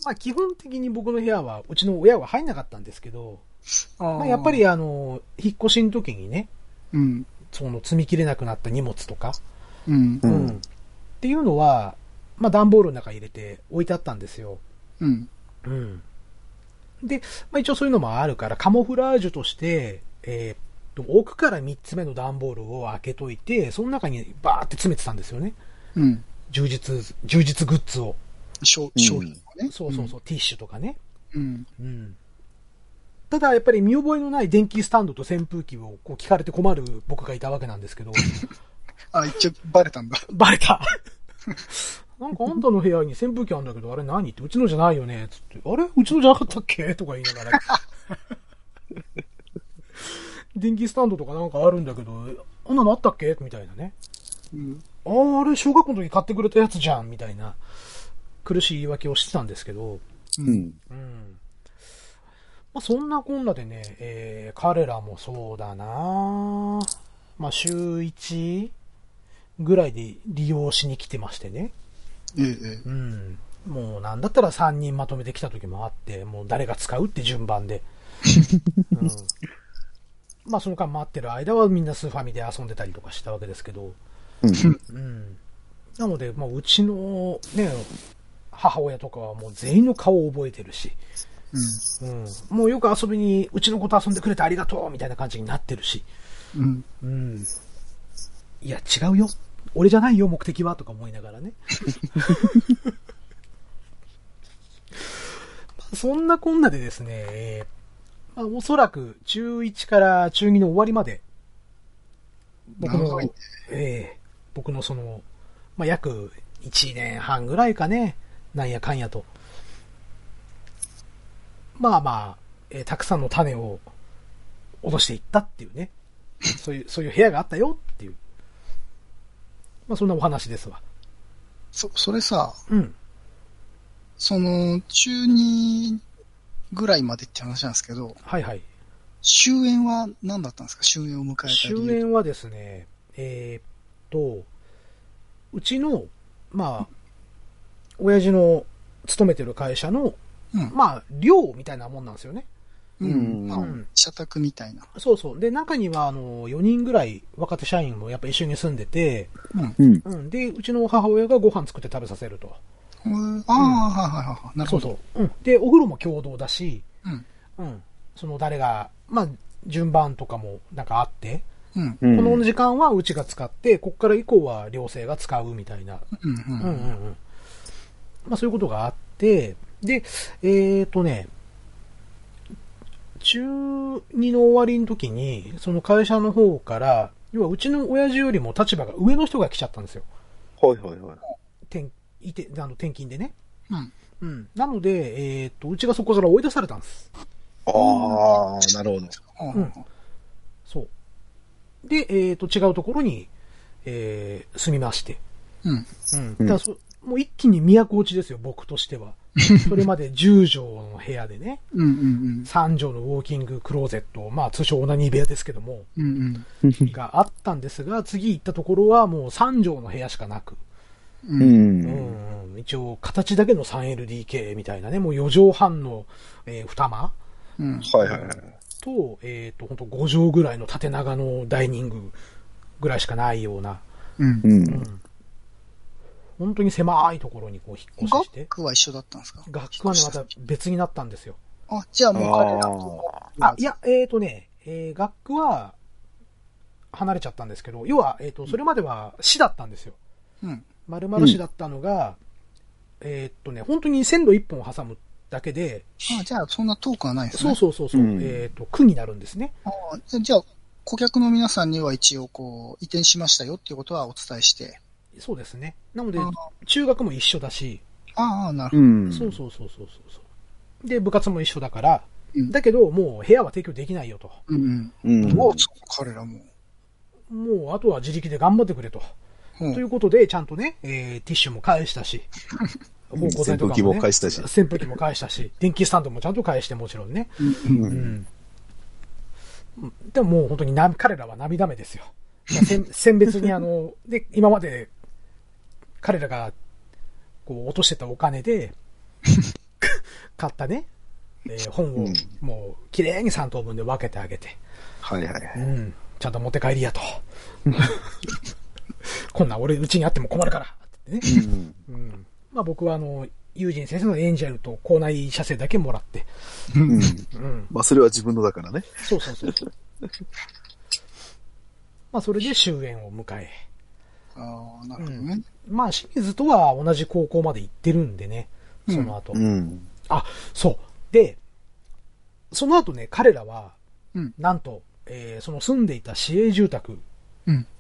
Speaker 1: まあ基本的に僕の部屋は、うちの親は入んなかったんですけど、
Speaker 2: あ
Speaker 1: ま
Speaker 2: あ
Speaker 1: あやっぱ、りあの、引っ越しの時にね、
Speaker 2: うん。
Speaker 1: その積み切れなくなった荷物とか、
Speaker 2: うん。
Speaker 3: うん
Speaker 1: っていうのは、まあ段ボールの中入れて置いてあったんですよ。
Speaker 2: うん。
Speaker 1: うん。で、まあ、一応そういうのもあるから、カモフラージュとして、えーっと、奥から3つ目の段ボールを開けといて、その中にバーって詰めてたんですよね。
Speaker 2: うん。
Speaker 1: 充実、充実グッズを。
Speaker 2: 商商品をね。
Speaker 1: そうそうそう、ティッシュとかね。
Speaker 2: うん。
Speaker 1: うん。ただ、やっぱり見覚えのない電気スタンドと扇風機をこう聞かれて困る僕がいたわけなんですけど、
Speaker 2: あ、一応バレたんだ。
Speaker 1: バレた なんかあんたの部屋に扇風機あるんだけど、あれ何って、うちのじゃないよねつって、あれうちのじゃなかったっけとか言いながら。 電気スタンドとかなんかあるんだけど、あんなのあったっけみたいなね。
Speaker 2: うん。
Speaker 1: ああ、あれ小学校の時買ってくれたやつじゃんみたいな苦しい言い訳をしてたんですけど、
Speaker 3: うん。
Speaker 1: うん。まあ、そんなこんなでね、えー彼らもそうだなまあ、週1ぐらいで利用しに来てましてね。
Speaker 2: ええ、ええ。
Speaker 1: うん。もうなんだったら3人まとめてきた時もあって、もう誰が使うって順番 で。うん、まあその間待ってる間はみんなスーファミで遊んでたりとかしたわけですけど。
Speaker 3: うん。
Speaker 1: うん。なので、まあうちのね、母親とかはもう全員の顔を覚えてるし、
Speaker 2: う
Speaker 1: うん、もうよく遊びに、うちの子と遊んでくれてありがとうみたいな感じになってるし、
Speaker 2: ん。うん。
Speaker 1: うん。いや、違うよ。俺じゃないよ、目的は、とか思いながらね。 そんなこんなでですね、えーまあ、おそらく中1から中2の終わりまで、僕の
Speaker 2: 長いね、
Speaker 1: えー僕のその、まあ、約1年半ぐらいかね、なんやかんやと。まあまあ、えーたくさんの種を落としていったっていうね。そういう、そういう部屋があったよっていう。まあそんなお話ですわ。
Speaker 2: そ、それさ、
Speaker 1: うん。
Speaker 2: その、中2ぐらいまでって話なんですけど、
Speaker 1: はいはい。
Speaker 2: 終焉は何だったんですか終焉を迎えた
Speaker 1: 終
Speaker 2: 理由。
Speaker 1: 焉はですね、えーっと、うちの、まあ、親父の勤めてる会社の、
Speaker 2: うん
Speaker 1: まあ、寮みたいなもんなんですよね。
Speaker 2: う
Speaker 3: うん
Speaker 2: ん。まあ
Speaker 1: うん、
Speaker 2: 社宅みたいな。
Speaker 1: そうそう。で、中には、あの、4人ぐらい若手社員もやっぱ一緒に住んでて、
Speaker 3: うん。
Speaker 1: うん。で、うちの母親がご飯作って食べさせると。
Speaker 2: へえああ、はいはいはいはい。なる
Speaker 1: そう
Speaker 2: ほど。
Speaker 1: そう。うん。で、お風呂も共同だし、
Speaker 2: うん。
Speaker 1: うん。その誰が、まあ、順番とかもなんかあって、
Speaker 2: うん。
Speaker 3: うん
Speaker 1: この時間はうちが使って、こっから以降は寮生が使うみたいな。
Speaker 2: うん。
Speaker 1: うん
Speaker 2: う
Speaker 1: うんんうん。まあそういうことがあって、で、えっ、ー、とね、中2の終わりの時に、その会社の方から、要はうちの親父よりも立場が上の人が来ちゃったんですよ。
Speaker 3: はいはいはい。
Speaker 1: 転いてあの転勤でね。
Speaker 2: うん。
Speaker 1: うん。なので、えっ、と、うちがそこから追い出されたんです。
Speaker 3: ああ、なるほど。
Speaker 2: うん
Speaker 1: うんそう。で、えっ、と、違うところに、えー住みまして。
Speaker 2: うん。
Speaker 1: うん。
Speaker 3: う
Speaker 1: だ
Speaker 3: ん
Speaker 1: からそもう一気に都落ちですよ、僕としては。それまで10畳の部屋でね、
Speaker 2: うん。うん。
Speaker 1: 3畳のウォーキングクローゼット、まあ通称オナニー部屋ですけども、
Speaker 2: うん。うん。
Speaker 1: があったんですが、次行ったところはもう3畳の部屋しかなく、
Speaker 2: う。
Speaker 3: うん。
Speaker 1: うんん、一応形だけの 3LDK みたいなね、もう4畳半の、えー二間
Speaker 2: うん。
Speaker 3: はいはいはい。
Speaker 1: と、えっ、と、本当5畳ぐらいの縦長のダイニングぐらいしかないような、
Speaker 2: うん
Speaker 3: う。ん。
Speaker 1: 本当に狭いところにこう引っ越しして、
Speaker 2: 学は一緒だったんですか
Speaker 1: 学区はね、また別になったんですよ。
Speaker 2: あ、じゃあもう彼らと
Speaker 3: あ。
Speaker 1: あ、いや、えーとね、えー学区は離れちゃったんですけど、要は、えーと、それまでは市だったんですよ。
Speaker 2: うん。
Speaker 1: 丸々市だったのが、えーっとね、本当に線路一本挟むだけで、
Speaker 2: あ、じゃあそんな遠くはないです
Speaker 1: そう
Speaker 2: ね。
Speaker 1: そうそうそう、
Speaker 3: うん
Speaker 1: えーっと、区になるんですね。
Speaker 2: あじゃあじゃあ、顧客の皆さんには一応こう、移転しましたよっていうことはお伝えして。
Speaker 1: そうですね。なので
Speaker 2: あ、
Speaker 1: 中学も一緒だし、
Speaker 2: ああ、なる
Speaker 3: うん。
Speaker 1: そうそうそうそうそうそう。で、部活も一緒だから、
Speaker 2: うん
Speaker 1: だけど、もう部屋は提供できないよと。
Speaker 2: ほど。うん。
Speaker 3: うん。
Speaker 2: どうそう彼らも。
Speaker 1: もう、あとは自力で頑張ってくれと。
Speaker 2: うん
Speaker 1: ということで、ちゃんとね、えーティッシュも返した し、
Speaker 3: うん
Speaker 1: 方向剤とか
Speaker 3: 扇風機も返したし
Speaker 1: 扇風機も返したし、電気スタンドもちゃんと返してもちろんね。
Speaker 3: うん
Speaker 1: うん。でももう本当にな、彼らは涙目ですよ。まあ 選選別にあの、で、今まで、彼らが、こう、落としてたお金 で、買ったね、えー本を
Speaker 3: うん、
Speaker 1: もう、綺麗に3等分で分けてあげて、
Speaker 3: はいはいうはい。
Speaker 1: ん、ちゃんと持って帰りやと。 こんなん俺うちにあっても困るから。ってね。
Speaker 3: う
Speaker 1: う
Speaker 3: ん。
Speaker 1: ん。まあ僕はあの、友人先生のエンジェルと校内写生だけもらって。
Speaker 3: うん。
Speaker 1: うん。
Speaker 3: まあ、それは自分のだからね。
Speaker 1: そうそうそう そう。まあそれで終焉を迎え。
Speaker 2: ああ、なるほどね。
Speaker 1: まあ清水とは同じ高校まで行ってるんでね。その後。
Speaker 3: ん。
Speaker 1: あ、そう。で、その後ね、彼らは、
Speaker 2: うん
Speaker 1: なんと、えーその住んでいた市営住宅、こ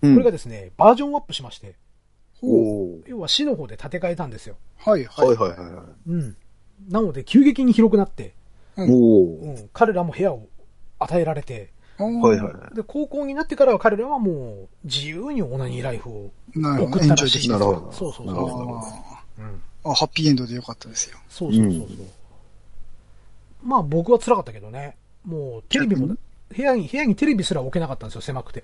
Speaker 2: うん。
Speaker 3: こ
Speaker 1: れがですね、バージョンアップしまして、
Speaker 3: おー
Speaker 1: 要は市の方で建て替えたんですよ。
Speaker 2: はい
Speaker 3: はい
Speaker 2: は
Speaker 3: はいはいは
Speaker 1: うん。なので、急激に広くなって、
Speaker 3: い。お
Speaker 1: う
Speaker 3: お。
Speaker 1: ん、彼らも部屋を与えられて、
Speaker 2: い。
Speaker 3: はいはい
Speaker 2: い。
Speaker 3: は
Speaker 1: で、高校になってからは彼らはもう、自由にオナニーライフを
Speaker 2: なるほ
Speaker 1: 送
Speaker 2: ど。
Speaker 1: っ
Speaker 2: エ
Speaker 1: たら
Speaker 2: ンジョイ
Speaker 1: し
Speaker 2: で
Speaker 1: い
Speaker 2: き
Speaker 1: で
Speaker 2: た
Speaker 1: す
Speaker 3: なるほ
Speaker 1: よ
Speaker 3: ど
Speaker 1: そうそう
Speaker 3: な
Speaker 2: あ
Speaker 3: るほ
Speaker 1: そ
Speaker 2: ー
Speaker 3: ど
Speaker 1: う。うん。
Speaker 2: あ、ハッピーエンドでよかったですよ。
Speaker 1: そうそうそうそう。
Speaker 3: う
Speaker 1: まあ僕は辛かったけどね。もうテレビ
Speaker 2: う
Speaker 1: も
Speaker 2: ん、
Speaker 1: 部屋に、部屋にテレビすら置けなかったんですよ、狭くて。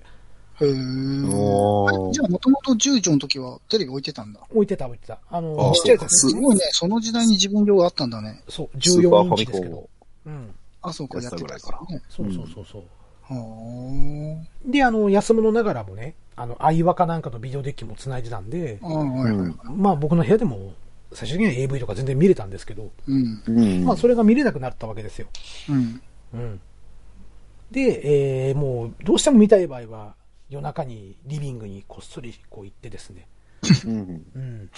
Speaker 2: へー
Speaker 3: おー
Speaker 2: あじゃあ、もともと10畳の時はテレビ置いてたんだ。
Speaker 1: 置いてた、置いてた。あ
Speaker 3: あ
Speaker 1: の、
Speaker 3: ー
Speaker 1: ちっちゃい時
Speaker 3: そ
Speaker 2: すごいね。その時代に自分用があったんだね。
Speaker 1: そう、
Speaker 3: スーパー
Speaker 1: 14イ
Speaker 3: ファ
Speaker 1: ン
Speaker 3: ミ
Speaker 1: チ
Speaker 3: コ
Speaker 1: ですけ
Speaker 3: ン
Speaker 1: ど
Speaker 3: を。。
Speaker 1: うん。
Speaker 2: あ、そうか、やってたからね。
Speaker 1: そうそうそうそう。
Speaker 2: はー
Speaker 1: で、あの、安物ながらもね、あの、相和かなんかのビデオデッキも繋いでたんで、
Speaker 2: あーはいはいはい。
Speaker 1: まあ僕の部屋でも、最終的には AV とか全然見れたんですけど、
Speaker 2: うん。
Speaker 3: うん
Speaker 1: まあそれが見れなくなったわけですよ。
Speaker 2: うん。
Speaker 1: うん。で、えーもう、どうしても見たい場合は、夜中にリビングにこっそりこう行ってですね。
Speaker 3: うん
Speaker 1: うん。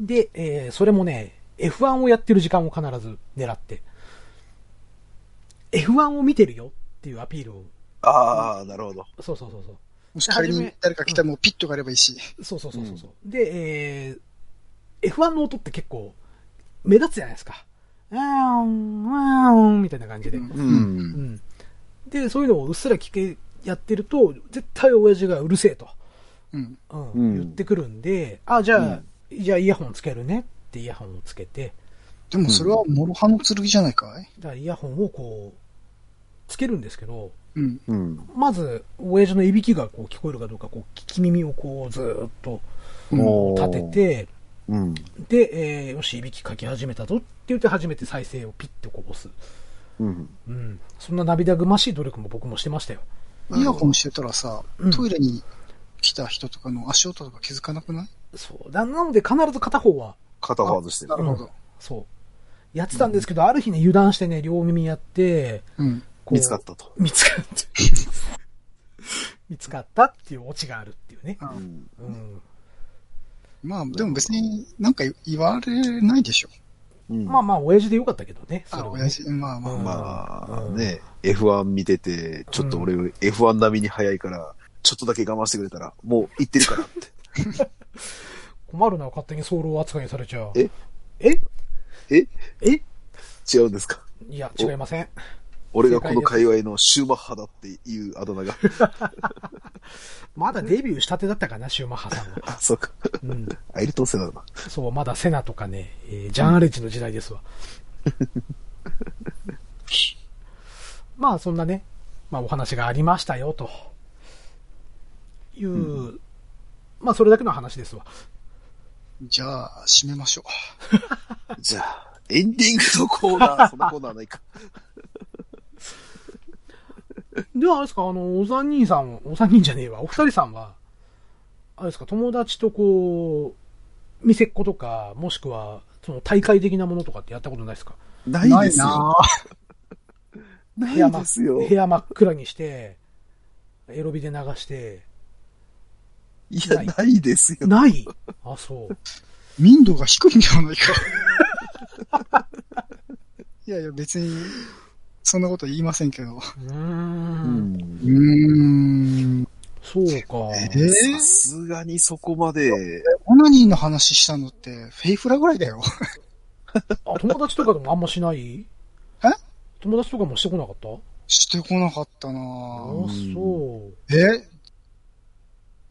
Speaker 1: で、えーそれもね、F1 をやってる時間を必ず狙って、F1 を見てるよっていうアピールを、
Speaker 3: ああ、なるほど。
Speaker 1: そうそうそうそう。
Speaker 2: もし仮に誰か来たらもうピッとがあればいいし。
Speaker 1: そうそうそうそうそう、で、えー F1 の音って結構目立つじゃないですか。うーん、うーん、みたいな感じで。うん。
Speaker 3: う
Speaker 2: うん。
Speaker 3: ん。
Speaker 1: で、そういうのをうっすら聞け、やってると、絶対親父がうるせえと、
Speaker 2: うん。
Speaker 1: うん
Speaker 3: うん
Speaker 1: 言ってくるんで、あ、じゃあ、じゃあイヤホンつけるねってイヤホンをつけて、
Speaker 2: でもそれは諸刃の剣じゃないかい
Speaker 1: だからイヤホンをこう、つけるんですけど、
Speaker 2: うん。
Speaker 3: うん。
Speaker 1: まず、親父のいびきがこう聞こえるかどうか、こう、聞き耳をこう、ずーっと立てて、
Speaker 3: うん。
Speaker 1: で、えーよし、いびきかき始めたぞって言って初めて再生をピッとこう押す。
Speaker 3: うん。
Speaker 1: うん。そんな涙ぐましい努力も僕もしてましたよ。
Speaker 2: イヤホンしてたらさ
Speaker 1: うん、
Speaker 2: トイレに来た人とかの足音とか気づかなくない
Speaker 1: そう。だなので必ず片方は、
Speaker 3: 肩を外してる
Speaker 2: な。るほど。
Speaker 1: そう。やってたんですけど、ある日ね、油断してね、両耳やって、
Speaker 2: うん。
Speaker 1: こう
Speaker 3: 見つかっ。たと。
Speaker 1: 見つかった。 見つかったっていうオチがあるっていうね。
Speaker 3: うん。
Speaker 1: うん。
Speaker 2: まあ、でも別になんか言われないでしょ。
Speaker 3: うん
Speaker 1: まあまあ、親父でよかったけどね。それ
Speaker 2: あ、
Speaker 1: はね
Speaker 2: 親父、まあまあ
Speaker 1: うん
Speaker 2: まあ。
Speaker 3: ま
Speaker 1: う
Speaker 3: あ、
Speaker 1: ん
Speaker 3: ね、F1 見てて、ちょっと俺、F1 並みに早いから、ちょっとだけ我慢してくれたら、もう行ってるからって。
Speaker 1: 困るな、勝手に早漏扱いされちゃう。
Speaker 3: え
Speaker 1: え
Speaker 3: え
Speaker 1: え
Speaker 3: 違うんですか
Speaker 1: いや、違いません。
Speaker 3: 俺がこの界隈のシューマッハだっていうあだ名が。
Speaker 1: まだデビューしたてだったかな、シューマッハさん は。
Speaker 3: あ、そうか。
Speaker 1: うん。
Speaker 3: アイルトンセナだな。
Speaker 1: そう、まだセナとかね、えージャン・アレジの時代です わ。まあ、そんなね、まあ、お話がありましたよ、という、まあ、それだけの話ですわ。
Speaker 2: じゃあ、締めましょう。
Speaker 3: じゃあ、エンディングのコー ナー、そのコーナーないか。
Speaker 1: では、あれですか、あの、お三人さん、お三人じゃねえわ、お二人さんは、あれですか、友達とこう、店っ子とか、もしくは、その大会的なものとかってやったことないですか
Speaker 3: ないです
Speaker 2: な
Speaker 3: よ。
Speaker 2: あ
Speaker 1: 部屋
Speaker 3: ない
Speaker 1: 真っ
Speaker 3: ですよ。
Speaker 1: 部屋真っ暗にして、エロビで流して、
Speaker 3: いや、ないですよ。
Speaker 1: ないあ、そう。
Speaker 2: 民度が低いんじゃないか。 いやいや、別に、そんなこと言いませんけど。
Speaker 1: うー。
Speaker 3: うん。
Speaker 2: うんーん。
Speaker 1: そうか。
Speaker 2: え
Speaker 3: さ
Speaker 2: ー、
Speaker 3: すがにそこまで、
Speaker 2: オナニーの話したのって、フェイフラぐらいだよ。
Speaker 1: あ、友達とかでもあんましない
Speaker 2: え
Speaker 1: 友達とかもしてこなかった
Speaker 2: してこなかったな
Speaker 1: あ
Speaker 2: ぁ
Speaker 3: うん
Speaker 1: そ
Speaker 2: え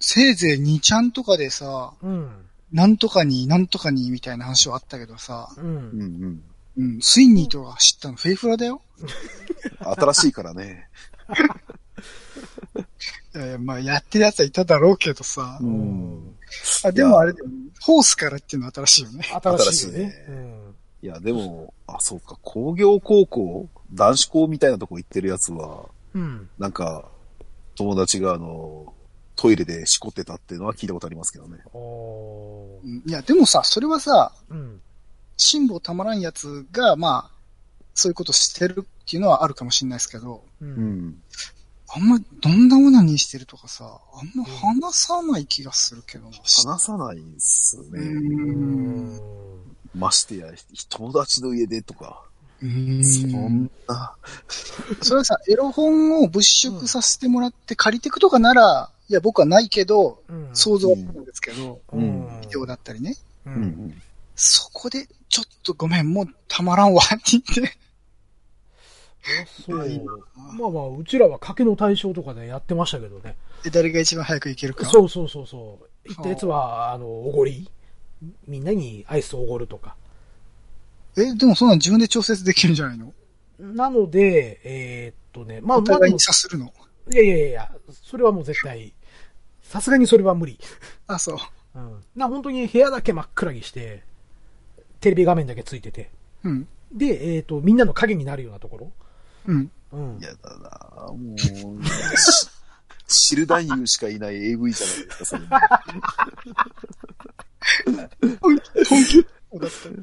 Speaker 2: せいぜい2ちゃんとかでさ、
Speaker 1: う。うん。
Speaker 2: なんとかに、なんとかに、みたいな話はあったけどさ、
Speaker 1: う
Speaker 3: うん
Speaker 1: ん。
Speaker 3: うん。
Speaker 2: うん、スイニーとか知ったのフェイフラだよ。
Speaker 3: 新しいからね。
Speaker 2: いやいや、まあ、やってる奴はいただ ろうけどさ。
Speaker 1: ん。
Speaker 2: あ、でもあれだよね。ホースからっていうのは新しいよね。
Speaker 1: 新しいよ
Speaker 3: 新しい
Speaker 1: ね
Speaker 3: ね。
Speaker 1: うん。
Speaker 3: いや、でも、あ、そうか、工業高校、男子校みたいなとこ行ってるやつは、
Speaker 1: うん。
Speaker 3: なんか、友達があの、トイレでしこってたっていうのは聞いたことありますけどね。
Speaker 1: あー
Speaker 2: うんいや、でもさ、それはさ、
Speaker 1: うん。
Speaker 2: 辛抱たまらんやつが、まあ、そういうことしてるっていうのはあるかもしれないですけど、
Speaker 1: う。
Speaker 3: うんん。
Speaker 2: あんま、どんなオナニーしてるとかさ、あんま話さない気がするけどな。
Speaker 3: 話さないんす
Speaker 2: う
Speaker 3: ね。
Speaker 1: う
Speaker 2: ーん。
Speaker 1: ん
Speaker 3: ましてや、友達の家でとか、
Speaker 2: う
Speaker 3: そ
Speaker 2: ーん
Speaker 3: んな、
Speaker 2: それはさ、エロ本を物色させてもらって借りてくとかなら、いや、僕はないけど、
Speaker 1: うん。
Speaker 2: 想像はするんですけど、
Speaker 1: う
Speaker 3: うん
Speaker 1: ん。
Speaker 2: ビデオだったりね。
Speaker 1: う
Speaker 3: うん
Speaker 1: ん。
Speaker 2: そこで、ちょっとごめん、もうたまらんわ、って言 って。
Speaker 1: あそう。
Speaker 2: いい
Speaker 1: まあまあ、うちらは賭けの対象とかでやってましたけどね。
Speaker 2: で誰が一番早く行けるか。
Speaker 1: そうそうそうそう。言ったやつは、あの、おごり。みんなにアイスをおごるとか。
Speaker 2: え、でもそんなん自分で調節できるんじゃないの
Speaker 1: なので、えーっとね、まあ、
Speaker 2: お
Speaker 1: まあ
Speaker 2: 互
Speaker 1: で
Speaker 2: い
Speaker 1: も
Speaker 2: に、察するの。
Speaker 1: いやいやいやいや、それはもう絶対、さすがにそれは無理。
Speaker 2: あ、そう。
Speaker 1: うん。な、本当に部屋だけ真っ暗にして、テレビ画面だけついてて。
Speaker 2: うん。
Speaker 1: で、えーっと、みんなの影になるようなところ。
Speaker 2: うん。
Speaker 1: うん。
Speaker 3: やだなもう、し 知る男優しかいない AV じゃないですか、それ。
Speaker 2: 本気だったね。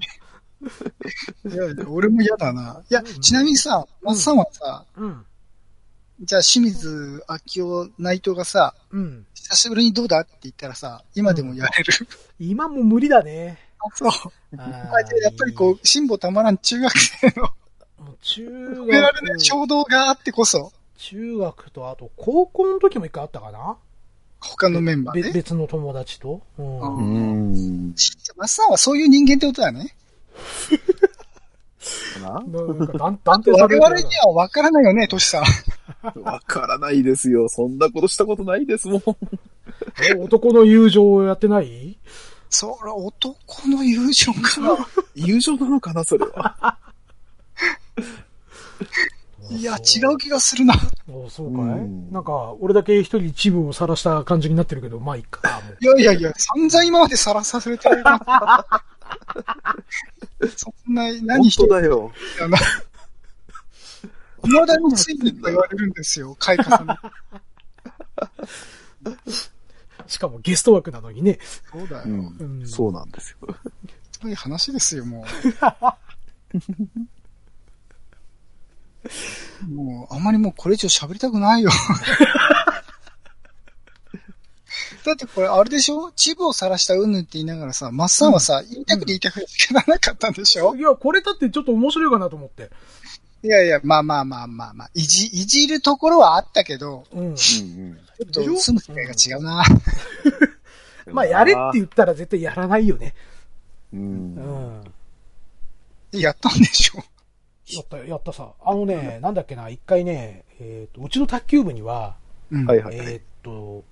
Speaker 2: いやいや、俺も嫌だな。いや、ちなみにさ、松さんはさ、
Speaker 1: うん。
Speaker 2: じゃあ清水明夫内藤がさ、
Speaker 1: うん。
Speaker 2: 久しぶりにどうだって言ったらさ、今でもやれる。
Speaker 1: 今もう無理だね。
Speaker 2: あ、そう。
Speaker 1: あ
Speaker 2: あじゃあやっぱりこう、辛抱たまらん中学生の
Speaker 1: う、もう中
Speaker 2: 褒められない
Speaker 1: 学、
Speaker 2: 衝動があってこそ、
Speaker 1: 中学とあと高校の時も一回あったかな
Speaker 2: 他のメンバー
Speaker 1: べ
Speaker 2: ね。
Speaker 1: 別の友達と。うん。
Speaker 2: うん
Speaker 3: ん。
Speaker 2: じゃあ松さんはそういう人間ってことだね。
Speaker 1: なんか断断定さ
Speaker 2: 我
Speaker 1: れてるな
Speaker 2: 々には分からないよね、トシさん。
Speaker 3: わからないですよ。そんなことしたことないですもん。
Speaker 1: え男の友情をやってない
Speaker 2: そら、男の友情かな。
Speaker 3: 友情なのかな、それ は。
Speaker 2: いや、
Speaker 1: あ
Speaker 2: 違
Speaker 1: そう。
Speaker 2: 気がするな。いう
Speaker 1: あそうかい、
Speaker 3: うん
Speaker 1: なんか、俺だけ一人一部を晒した感じになってるけど、まあ、いっか。もう
Speaker 2: やいやいや、散々今までさらされてるな。 そんな、何
Speaker 3: 本
Speaker 2: して
Speaker 3: 当
Speaker 2: る
Speaker 3: だよ。
Speaker 2: かな。いまだについてと言われるんですよ、開花さんに。
Speaker 1: しかもゲスト枠なのにね。
Speaker 2: そうだよ。
Speaker 1: うん
Speaker 3: そうなんですよ。
Speaker 2: そういう話ですよ、もう。もう、あんまりもうこれ以上喋りたく ないよ。だってこれ、あれでしょチブを晒したうんぬんって言いながらさ、マッサンはさ、言いたくて言いたくて仕方なかったんでしょ、
Speaker 1: いや、これだってちょっと面白いかなと思って。
Speaker 2: いやいや、まあまあまあまあまあ、いじ、いじるところはあったけど、
Speaker 1: うん。
Speaker 3: うん
Speaker 2: ちょっと住む世界が違うな。
Speaker 3: うん
Speaker 1: まあ、やれって言ったら絶対やらないよね。
Speaker 3: う。
Speaker 1: うんん。
Speaker 2: やったんでしょ
Speaker 1: やった、やったさ。あのね、なんだっけな、一回ね、えっ、と、うちの卓球部には、
Speaker 2: うん。
Speaker 3: はいはい
Speaker 1: え
Speaker 3: はい。
Speaker 1: っ、と、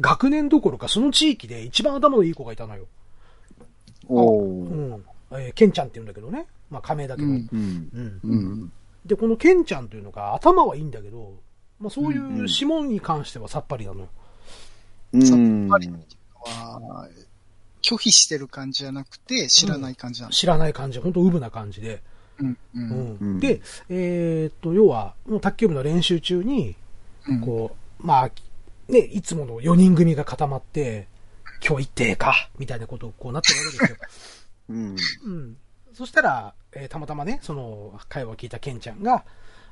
Speaker 1: 学年どころか、その地域で一番頭のいい子がいたのよ。
Speaker 3: お
Speaker 1: う
Speaker 3: ー
Speaker 1: ん。えーケンちゃんって言うんだけどね。まあ、仮名だけど。
Speaker 2: うん
Speaker 3: うん。
Speaker 1: うん
Speaker 3: うん。
Speaker 1: で、このケンちゃんというのが頭はいいんだけど、まあ、そうい
Speaker 3: んう
Speaker 1: うん指紋に関してはさっぱりなのよ。
Speaker 3: うん。
Speaker 2: さっぱりは拒否してる感じじゃなくて、知らない感じなの。
Speaker 1: 知らない感じ、本当ウブな感じで。
Speaker 2: うん。う。
Speaker 1: うんん
Speaker 3: うん
Speaker 1: で、えーっと、要は、もう卓球部の練習中に、
Speaker 2: うん
Speaker 1: こう、まあ、ね、いつもの4人組が固まって、今日行ってえか、みたいなことこうなってるわけですよ。
Speaker 3: うん。
Speaker 1: うん。そしたら、えーたまたまね、その、会話を聞いたケンちゃんが、
Speaker 2: うん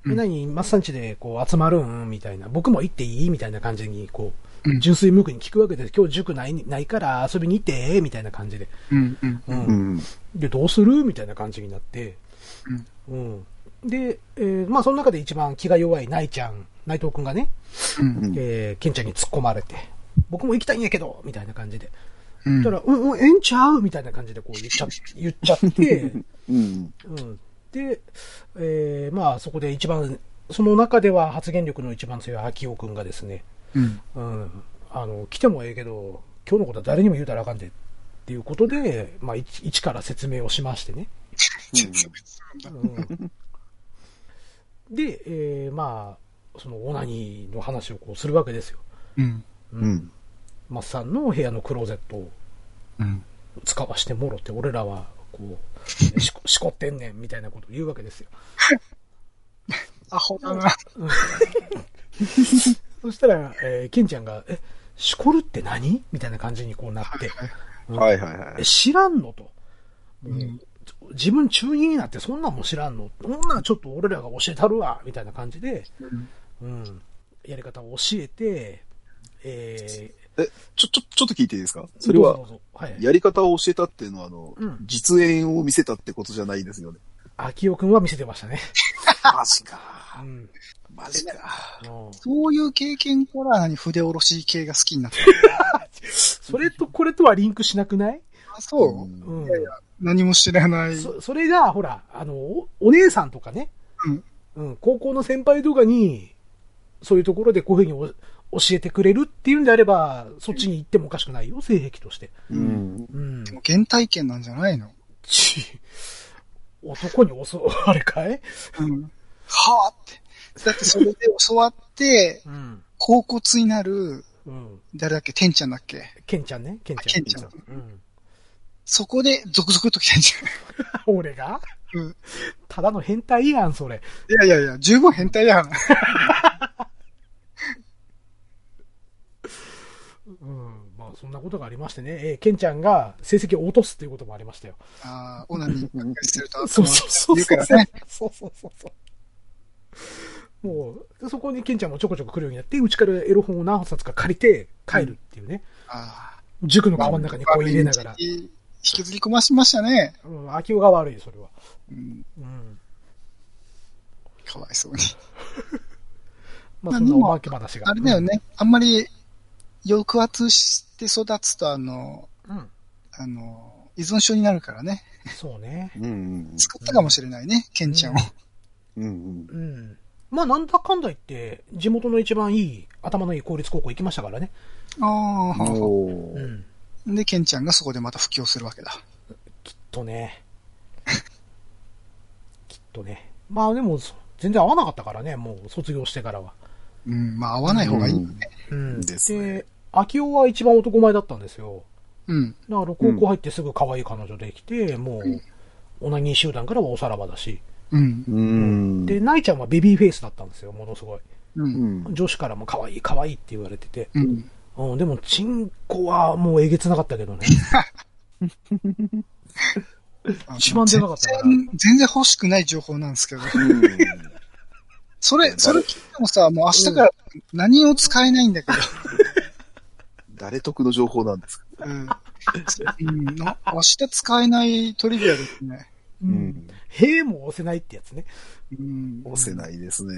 Speaker 1: みんなにマッサンチでこう集まるんみたいな、僕も行っていいみたいな感じに、こ
Speaker 2: う
Speaker 1: う、
Speaker 2: ん
Speaker 1: 純粋無垢に聞くわけです。今日塾ない、ないから遊びに行って、みたいな感じで。
Speaker 2: うん。うん。
Speaker 1: うん
Speaker 3: うん。
Speaker 1: で、どうするみたいな感じになって、うん。で、えーまあその中で一番気が弱いナイちゃん、内藤くんがね、
Speaker 2: うん。
Speaker 1: えーケンちゃんに突っ込まれて、僕も行きたいんやけどみたいな感じで。
Speaker 2: うん
Speaker 1: そしたら、うん、うん、ええんちゃうみたいな感じでこう言っちゃ、言っちゃって、
Speaker 3: うん。
Speaker 1: うん。で、えーまあそこで一番、その中では発言力の一番強い秋尾くんがですね、
Speaker 2: うん。
Speaker 1: うん、あの、来てもええけど、今日のことは誰にも言うたらあかんで、っていうことで、まあ一一から説明をしましてね。うんで、えーまあ、そのオナニーの話をこうするわけですよ。
Speaker 2: うん。
Speaker 1: う
Speaker 3: う。ん。
Speaker 1: マッサンの部屋のクローゼットを
Speaker 2: うん。
Speaker 1: 使わしてもろって、俺らは、こう、しこしこってんねんみたいなことを言うわけですよ。
Speaker 2: アホだな。
Speaker 1: そしたら、えーケンちゃんが、え、しこるって何みたいな感じにこうなって、
Speaker 3: はいはいは
Speaker 1: え
Speaker 3: い。
Speaker 1: 知らんのと。
Speaker 2: うん。
Speaker 1: 自分中2になってそんなんも知らんのそんなんちょっと俺らが教えたるわみたいな感じで、うん、やり方を教えて、えー、
Speaker 3: え、ちょ、ちょ、ちょっと聞いていいですかそれは
Speaker 1: どうぞどうぞ、はい。
Speaker 3: やり方を教えたっていうのは、あの、
Speaker 1: うん
Speaker 3: 実演を見せたってことじゃないんですよね。
Speaker 1: 秋尾くんは見せてましたね。
Speaker 3: マジか。
Speaker 1: うん。
Speaker 3: マジか。
Speaker 1: あの
Speaker 2: そういう経験から何筆下ろし系が好きになった。
Speaker 1: それとこれとはリンクしなくない
Speaker 2: あ、そうう。
Speaker 1: うん。
Speaker 2: 何も知らない。
Speaker 1: そそれが、ほら、あの、おお姉さんとかね、
Speaker 2: うん
Speaker 1: うん、高校の先輩とかに、そういうところでこういうふうにお教えてくれるっていうんであれば、そっちに行ってもおかしくないよ、性癖として。
Speaker 3: うん。
Speaker 1: うん。
Speaker 2: 原体験なんじゃないの
Speaker 1: ち男に襲う、あれかい
Speaker 2: うん。はぁって。だってそれで教わって、
Speaker 1: うん。
Speaker 2: 甲骨になる、
Speaker 1: うん。
Speaker 2: 誰だっけ、天ちゃんだっけ。
Speaker 1: ケンちゃんね。ケンちゃん。
Speaker 2: ケンちゃん
Speaker 1: うん。
Speaker 2: そこで、続々と来てんじ
Speaker 1: 俺が
Speaker 2: ゃん。うん。
Speaker 1: ただの変態やん、それ。
Speaker 2: いやいやいや、十分変態やん。
Speaker 1: うん。まあ、そんなことがありましてね。えーケンちゃんが成績を落とすっていうこともありましたよ。
Speaker 2: ああ、オナニーなんかする と、
Speaker 1: そうそうそう
Speaker 2: 言う
Speaker 1: そ
Speaker 2: か
Speaker 1: う。
Speaker 2: らね。
Speaker 1: そうそうそうそう。もう、そこにケンちゃんもちょこちょこ来るようになって、うちからエロ本を何冊か借りて帰るっていうね。
Speaker 2: ああ。
Speaker 1: 塾の川の中にこう入れながら。
Speaker 2: 引きずり込ましましたね。
Speaker 1: うん、秋夫が悪い、それは。
Speaker 2: うん。
Speaker 1: うん。
Speaker 2: かわいそうに。
Speaker 1: まあ、そんなお化け話が。
Speaker 2: あれだよね。あんまり、抑圧して育つと、あの、
Speaker 1: うん。うん。
Speaker 2: あの、依存症になるからね。
Speaker 1: そうね。
Speaker 3: うんうん
Speaker 2: 作ったかもしれないね、ケンちゃんを。
Speaker 3: うんうん
Speaker 1: うん。まあ、なんだかんだ言って、地元の一番いい、頭のいい公立高校行きましたからね。
Speaker 2: あ
Speaker 3: うん
Speaker 2: あ、
Speaker 3: お
Speaker 1: う
Speaker 3: ー
Speaker 1: ん。
Speaker 2: で、ケンちゃんがそこでまた布教するわけだ。
Speaker 1: きっとね。 きっとね。まあ、でも、そ全然合わなかったからね、もう、卒業してからは。
Speaker 2: うん、まあ合わない方がいいよね。
Speaker 1: うん。
Speaker 3: ですね
Speaker 1: で、秋夫は一番男前だったんですよ。
Speaker 2: うん。
Speaker 1: だから、高校入ってすぐ可愛い彼女できて、もう、オナニー集団からはおさらばだし。
Speaker 2: うん。
Speaker 3: うん
Speaker 1: で、ナイちゃんはベビーフェイスだったんですよ、ものすごい。
Speaker 2: う。
Speaker 3: うんん
Speaker 1: 女子からも可愛い可愛いって言われてて。
Speaker 2: うん。
Speaker 1: うん、でも、チンコはもうえげつなかったけど ね。一番出なかったから
Speaker 2: 全然全然欲しくない情報なんですけど。
Speaker 3: うん
Speaker 2: それ、それ聞いてもさ、もう明日から何を使えないんだけど。
Speaker 3: 誰得の情報なんですか
Speaker 2: うん。うんな明日使えないトリビアですね。
Speaker 1: う。
Speaker 3: うん
Speaker 1: 兵も押せないってやつね。
Speaker 2: うん。
Speaker 3: 押せないですね。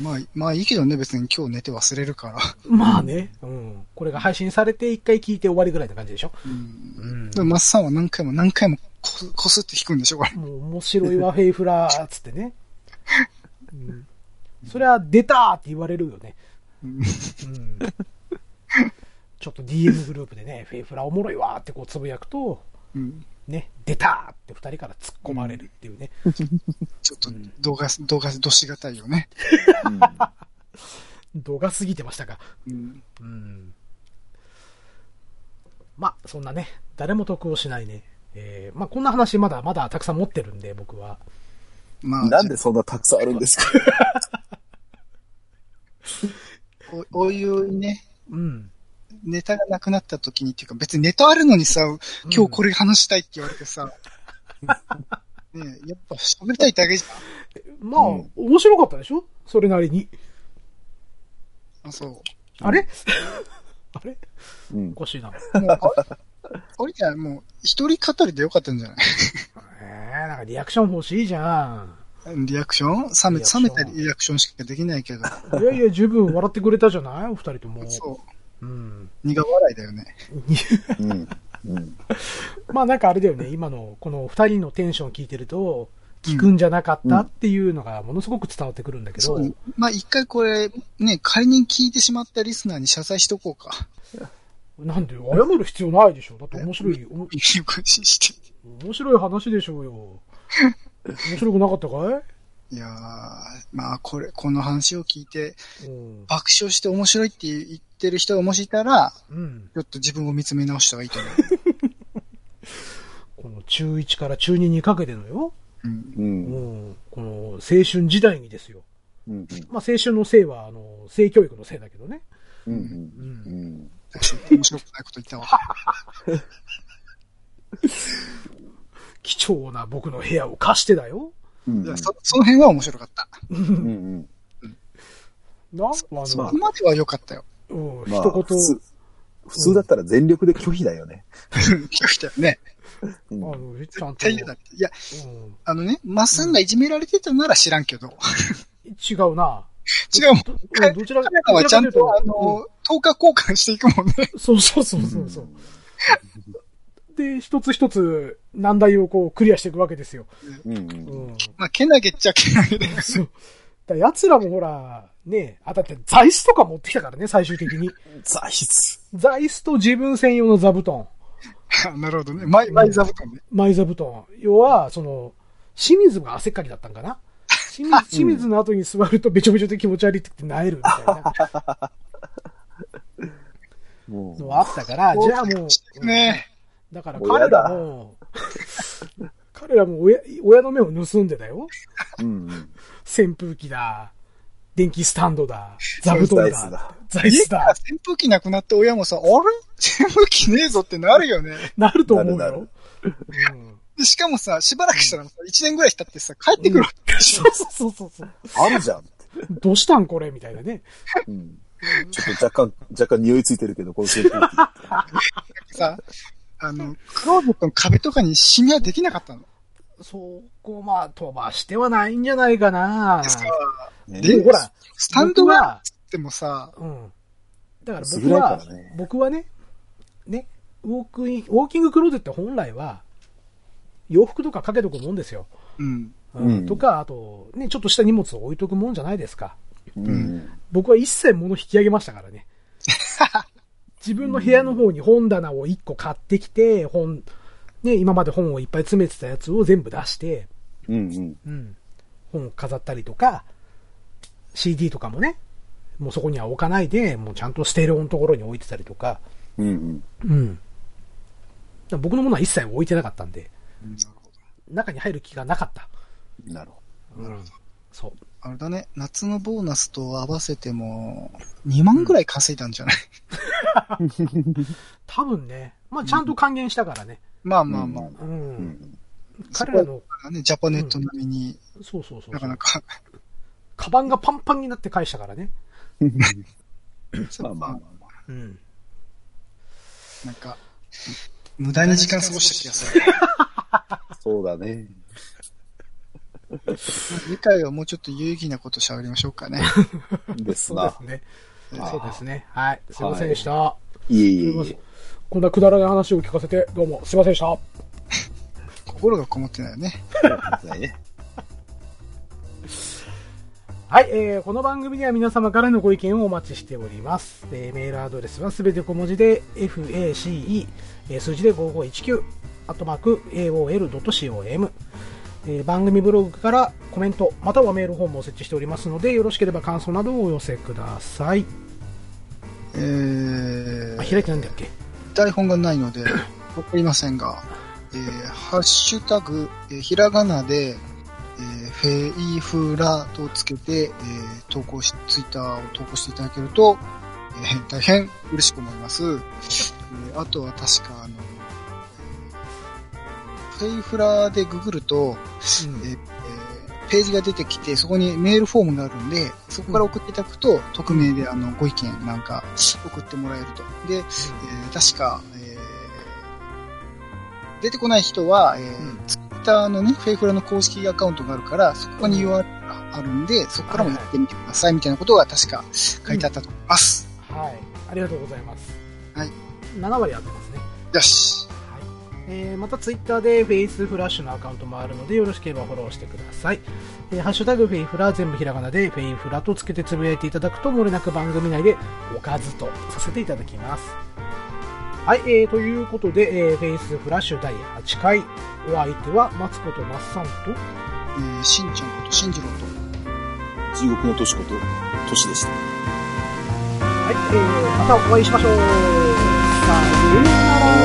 Speaker 2: まあ、まあいいけどね、別に今日寝て忘れるから。
Speaker 1: まあね。うん。これが配信されて一回聞いて終わりぐらいな感じでしょ。
Speaker 2: うん。
Speaker 1: うん
Speaker 2: でも、マッサンは何回も何回もこすこすって引くんでしょ、これ。
Speaker 1: もう面白いわ、フェイフラーっつってね。うん。そりゃ、出たーって言われるよね。
Speaker 2: うん
Speaker 1: うん。ちょっと DM グループでね、フェイフラーおもろいわーってこうつぶやくと、
Speaker 2: うん。
Speaker 1: ね、出たーって二人から突っ込まれるっていうね。
Speaker 2: ちょっと動画、動画、どしがたいよね。
Speaker 3: うん
Speaker 1: 度が過ぎてましたか。
Speaker 2: うん。
Speaker 1: うん。まあ、そんなね、誰も得をしないね。えー、まあ、こんな話まだまだたくさん持ってるんで、僕は。
Speaker 2: まあ、
Speaker 3: なんでそんなたくさんあるんですか
Speaker 2: おお湯にね、
Speaker 1: うん。
Speaker 2: ネタがなくなった時にっていうか、別にネタあるのにさ、今日これ話したいって言われ てさ、ねえやっぱ喋りたいだけじ
Speaker 1: まあ、
Speaker 3: うん
Speaker 1: 面白かったでしょそれなりに。
Speaker 2: ゃん。あ、そ
Speaker 1: あれ あれ
Speaker 3: うん
Speaker 1: お。かしいな。
Speaker 2: う。もう、あれじゃもう、一人語りでよかったんじゃない
Speaker 1: えー、なんかリアクション欲しいじゃん。
Speaker 2: リアクション冷め、
Speaker 1: リアクション
Speaker 2: 冷めたリアクションしかできないけど。
Speaker 1: いやいや、十分笑ってくれたじゃないお二人とも。。
Speaker 2: そう
Speaker 1: うん。
Speaker 2: う。苦笑いだよね。
Speaker 3: うん。うん。
Speaker 1: まあなんかあれだよね、今のこの二人のテンション聞いてると、聞くんじゃなかったっていうのがものすごく伝わってくるんだけど、
Speaker 2: そう。まあ、一回これ、ね、仮に聞いてしまったリスナーに謝罪しとこうか。
Speaker 1: なんで謝る必要ないでしょだって面白い、おも
Speaker 2: いう感じして。
Speaker 1: 面白い話でしょうよ。面白くなかったか
Speaker 2: いやー、まあ、これ、この話を聞いて、
Speaker 1: いうん。
Speaker 2: 爆笑して面白いって言ってる人がもしいたら、
Speaker 1: うん。
Speaker 2: ちょっと自分を見つめ直した方がいい と思う。
Speaker 1: この中1から中2にかけてのよ。
Speaker 2: うん。
Speaker 3: うん。
Speaker 1: うん。この青春時代にですよ。
Speaker 3: うん。
Speaker 1: まあ、青春のせいは、あの、性教育のせいだけどね。
Speaker 3: うん
Speaker 1: う。。
Speaker 3: うんん。
Speaker 2: 面白くないこと言ったわ。
Speaker 1: 貴重な僕の部屋を貸してだよ。
Speaker 3: うん
Speaker 2: いやそその辺は面白かった。
Speaker 3: うん。
Speaker 1: なあの、
Speaker 2: そこまでは良かったよ。
Speaker 1: うん、
Speaker 3: まあ、
Speaker 1: 一
Speaker 3: 普通、普通だったら全力で拒否だよね。
Speaker 2: 来たよね。
Speaker 3: う
Speaker 1: 言、あ
Speaker 3: ん。
Speaker 1: の、ちゃんと、
Speaker 2: 絶
Speaker 1: う
Speaker 2: 対嫌だって。いや、
Speaker 1: ん、
Speaker 2: あのね、マッサンがいじめられてたなら知らんけど。
Speaker 1: 違うな。
Speaker 2: 違うもん。
Speaker 1: ど
Speaker 2: 彼
Speaker 1: どちら
Speaker 2: 彼らはちゃん
Speaker 1: ど
Speaker 2: と、あ
Speaker 1: らかいう
Speaker 2: の、10日交換していくもんね。
Speaker 1: うんそうそうそうそうそう。で、一つ一つ難題をこうクリアしていくわけですよ。
Speaker 3: うん。う。
Speaker 1: うんん。
Speaker 2: まあ、けなげっちゃけな げで。
Speaker 1: そう。だから奴らもほら、ね、あ、だって座椅子と か持ってきたからね、最終的に。
Speaker 3: ザイツ。
Speaker 1: 座椅子と自分専用の座布団。
Speaker 2: なるほどね。マイ、マイ座布団ね。
Speaker 1: マイ座布団。要は、その、清水が汗っかきだったんかな清 水清水の後に座るとべちょべちょで気持ち悪いって言って萎えるみたいな
Speaker 3: も
Speaker 1: のはあったから、じゃあ もう、
Speaker 2: ね
Speaker 1: だから彼らも、 彼らも親親の目を盗んでだよ。
Speaker 3: う、うんうん。
Speaker 1: 扇風機だ、電気スタンドだ、座布団
Speaker 3: 座椅子
Speaker 1: だ
Speaker 3: だ、
Speaker 1: 座椅
Speaker 2: 家
Speaker 1: 子
Speaker 2: から
Speaker 1: だ、
Speaker 2: 扇風機なくなって親もさ、あれ扇風機ねえぞってなるよね。
Speaker 1: なると思う
Speaker 3: な
Speaker 1: よ。
Speaker 3: る
Speaker 1: うん
Speaker 2: でしかもさ、しばらくしたらさ、1年ぐらい経ってさ、帰ってくるわけでしょ
Speaker 1: そうそうそうそう。
Speaker 3: あるじゃん。
Speaker 1: どうしたんこれみたいなね。
Speaker 3: うん。ちょっと若干、若干匂いついてるけど、この扇風機。
Speaker 2: さ、あの、クローゼットの壁とかにシミはできなかったの。
Speaker 1: そこ、まあ、飛ばしてはないんじゃないかな。
Speaker 2: ですか
Speaker 3: ね
Speaker 2: で
Speaker 1: でもほら、
Speaker 2: スタンドが、つってもさ、
Speaker 1: うん。だから
Speaker 3: 薄
Speaker 1: 僕
Speaker 3: 暗いか
Speaker 1: は
Speaker 3: ら、ね
Speaker 1: 僕はね、ね、ウォークイン、ウォーキングクローゼット本来は、洋服とかかけとくもんですよ。
Speaker 2: うん。
Speaker 1: うん
Speaker 3: うん
Speaker 1: とか、あと、ね、ちょっとした荷物を置いとくもんじゃないですか。
Speaker 3: うん。
Speaker 1: 僕は一切物引き上げましたから ね。自分の部屋の方に本棚を1個買ってきて、本、ね、今まで本をいっぱい詰めてたやつを全部出して、
Speaker 3: うんうん。
Speaker 1: うん、本を飾ったりとか、CD とかもね、もうそこには置かないで、もうちゃんとステレオのところに置いてたりとか、
Speaker 3: うんうん。
Speaker 1: うん。だから僕のものは一切置いてなかったんで、
Speaker 2: なるほ
Speaker 1: 中に入る気がなかった。
Speaker 3: なるほ
Speaker 1: うん。そう。
Speaker 2: ど。あれだね、夏のボーナスと合わせても、2万ぐらい稼いだんじゃない、
Speaker 1: 多分ね、まあちゃんと還元したからね。
Speaker 2: まあまあまあ、
Speaker 1: う。
Speaker 3: ど。うんん。
Speaker 1: 彼らの、
Speaker 2: ね、ジャパネット並みに、
Speaker 1: そうそうそう
Speaker 2: なかなか、
Speaker 1: カバンがパンパンになって返したからね。
Speaker 3: まあまあま
Speaker 1: うん。
Speaker 2: なんか、無駄に時間過ごした気がする。
Speaker 3: あ。そうだね。
Speaker 2: 次回はもうちょっと有意義なこと喋りましょうかね。
Speaker 3: です
Speaker 1: そうで
Speaker 3: な
Speaker 1: す。ね。
Speaker 3: あ
Speaker 1: そうですね。はい。すいませんでした。
Speaker 3: いえいえいえ。
Speaker 1: こんなくだらない話を聞かせて、どうもすいませんでした。
Speaker 2: 心がこもってないよね。
Speaker 3: ないね
Speaker 1: はい、えーこの番組では皆様からのご意見をお待ちしております。えーメールアドレスはすべて小文字で face、えー数字で5519、アットマーク aol.com、えー番組ブログからコメント、またはメールフォームを設置しておりますので、よろしければ感想などをお寄せください。
Speaker 2: え
Speaker 1: あ、
Speaker 2: ー、
Speaker 1: 開いてないんだっけ
Speaker 2: 台本がないので、わかりませんが、えーハッシュタグ、えーひらがなで、えーフェイフラとつけて、えー投稿し、ツイッターを投稿していただけると、えー大変嬉しく思います。えーあとは確か、あの、フェイフラでググると、
Speaker 1: うん
Speaker 2: えーえーページが出てきて、そこにメールフォームがあるんで、そこから送っていただくと、匿名であのご意見なんか送ってもらえると。で、えー確か、えー出てこない人は、え
Speaker 1: うん
Speaker 2: ツイッター Twitter のね、フェイフラの公式アカウントがあるから、そこに URL があるんで、そこからもやってみてくださいみたいなことが確か書いてあったと思います。
Speaker 1: はい、ありがとうございます。
Speaker 2: はい。
Speaker 1: 7割合ってますね。
Speaker 2: よし。
Speaker 1: はいえーまたツイッターでフェイスフラッシュのアカウントもあるのでよろしければフォローしてください、えーハッシュタグフェイフラ全部ひらがなでフェイフラとつけてつぶやいていただくともれなく番組内でおかずとさせていただきますはい、えー、ということで、えーフェイスフラッシュ第8回お相手は松子とマッサンと
Speaker 2: えー、しんちゃんことしんじろうと。
Speaker 3: 中国の都市こと、都市でした。
Speaker 1: はい、えーまたお会いしましょうさようなら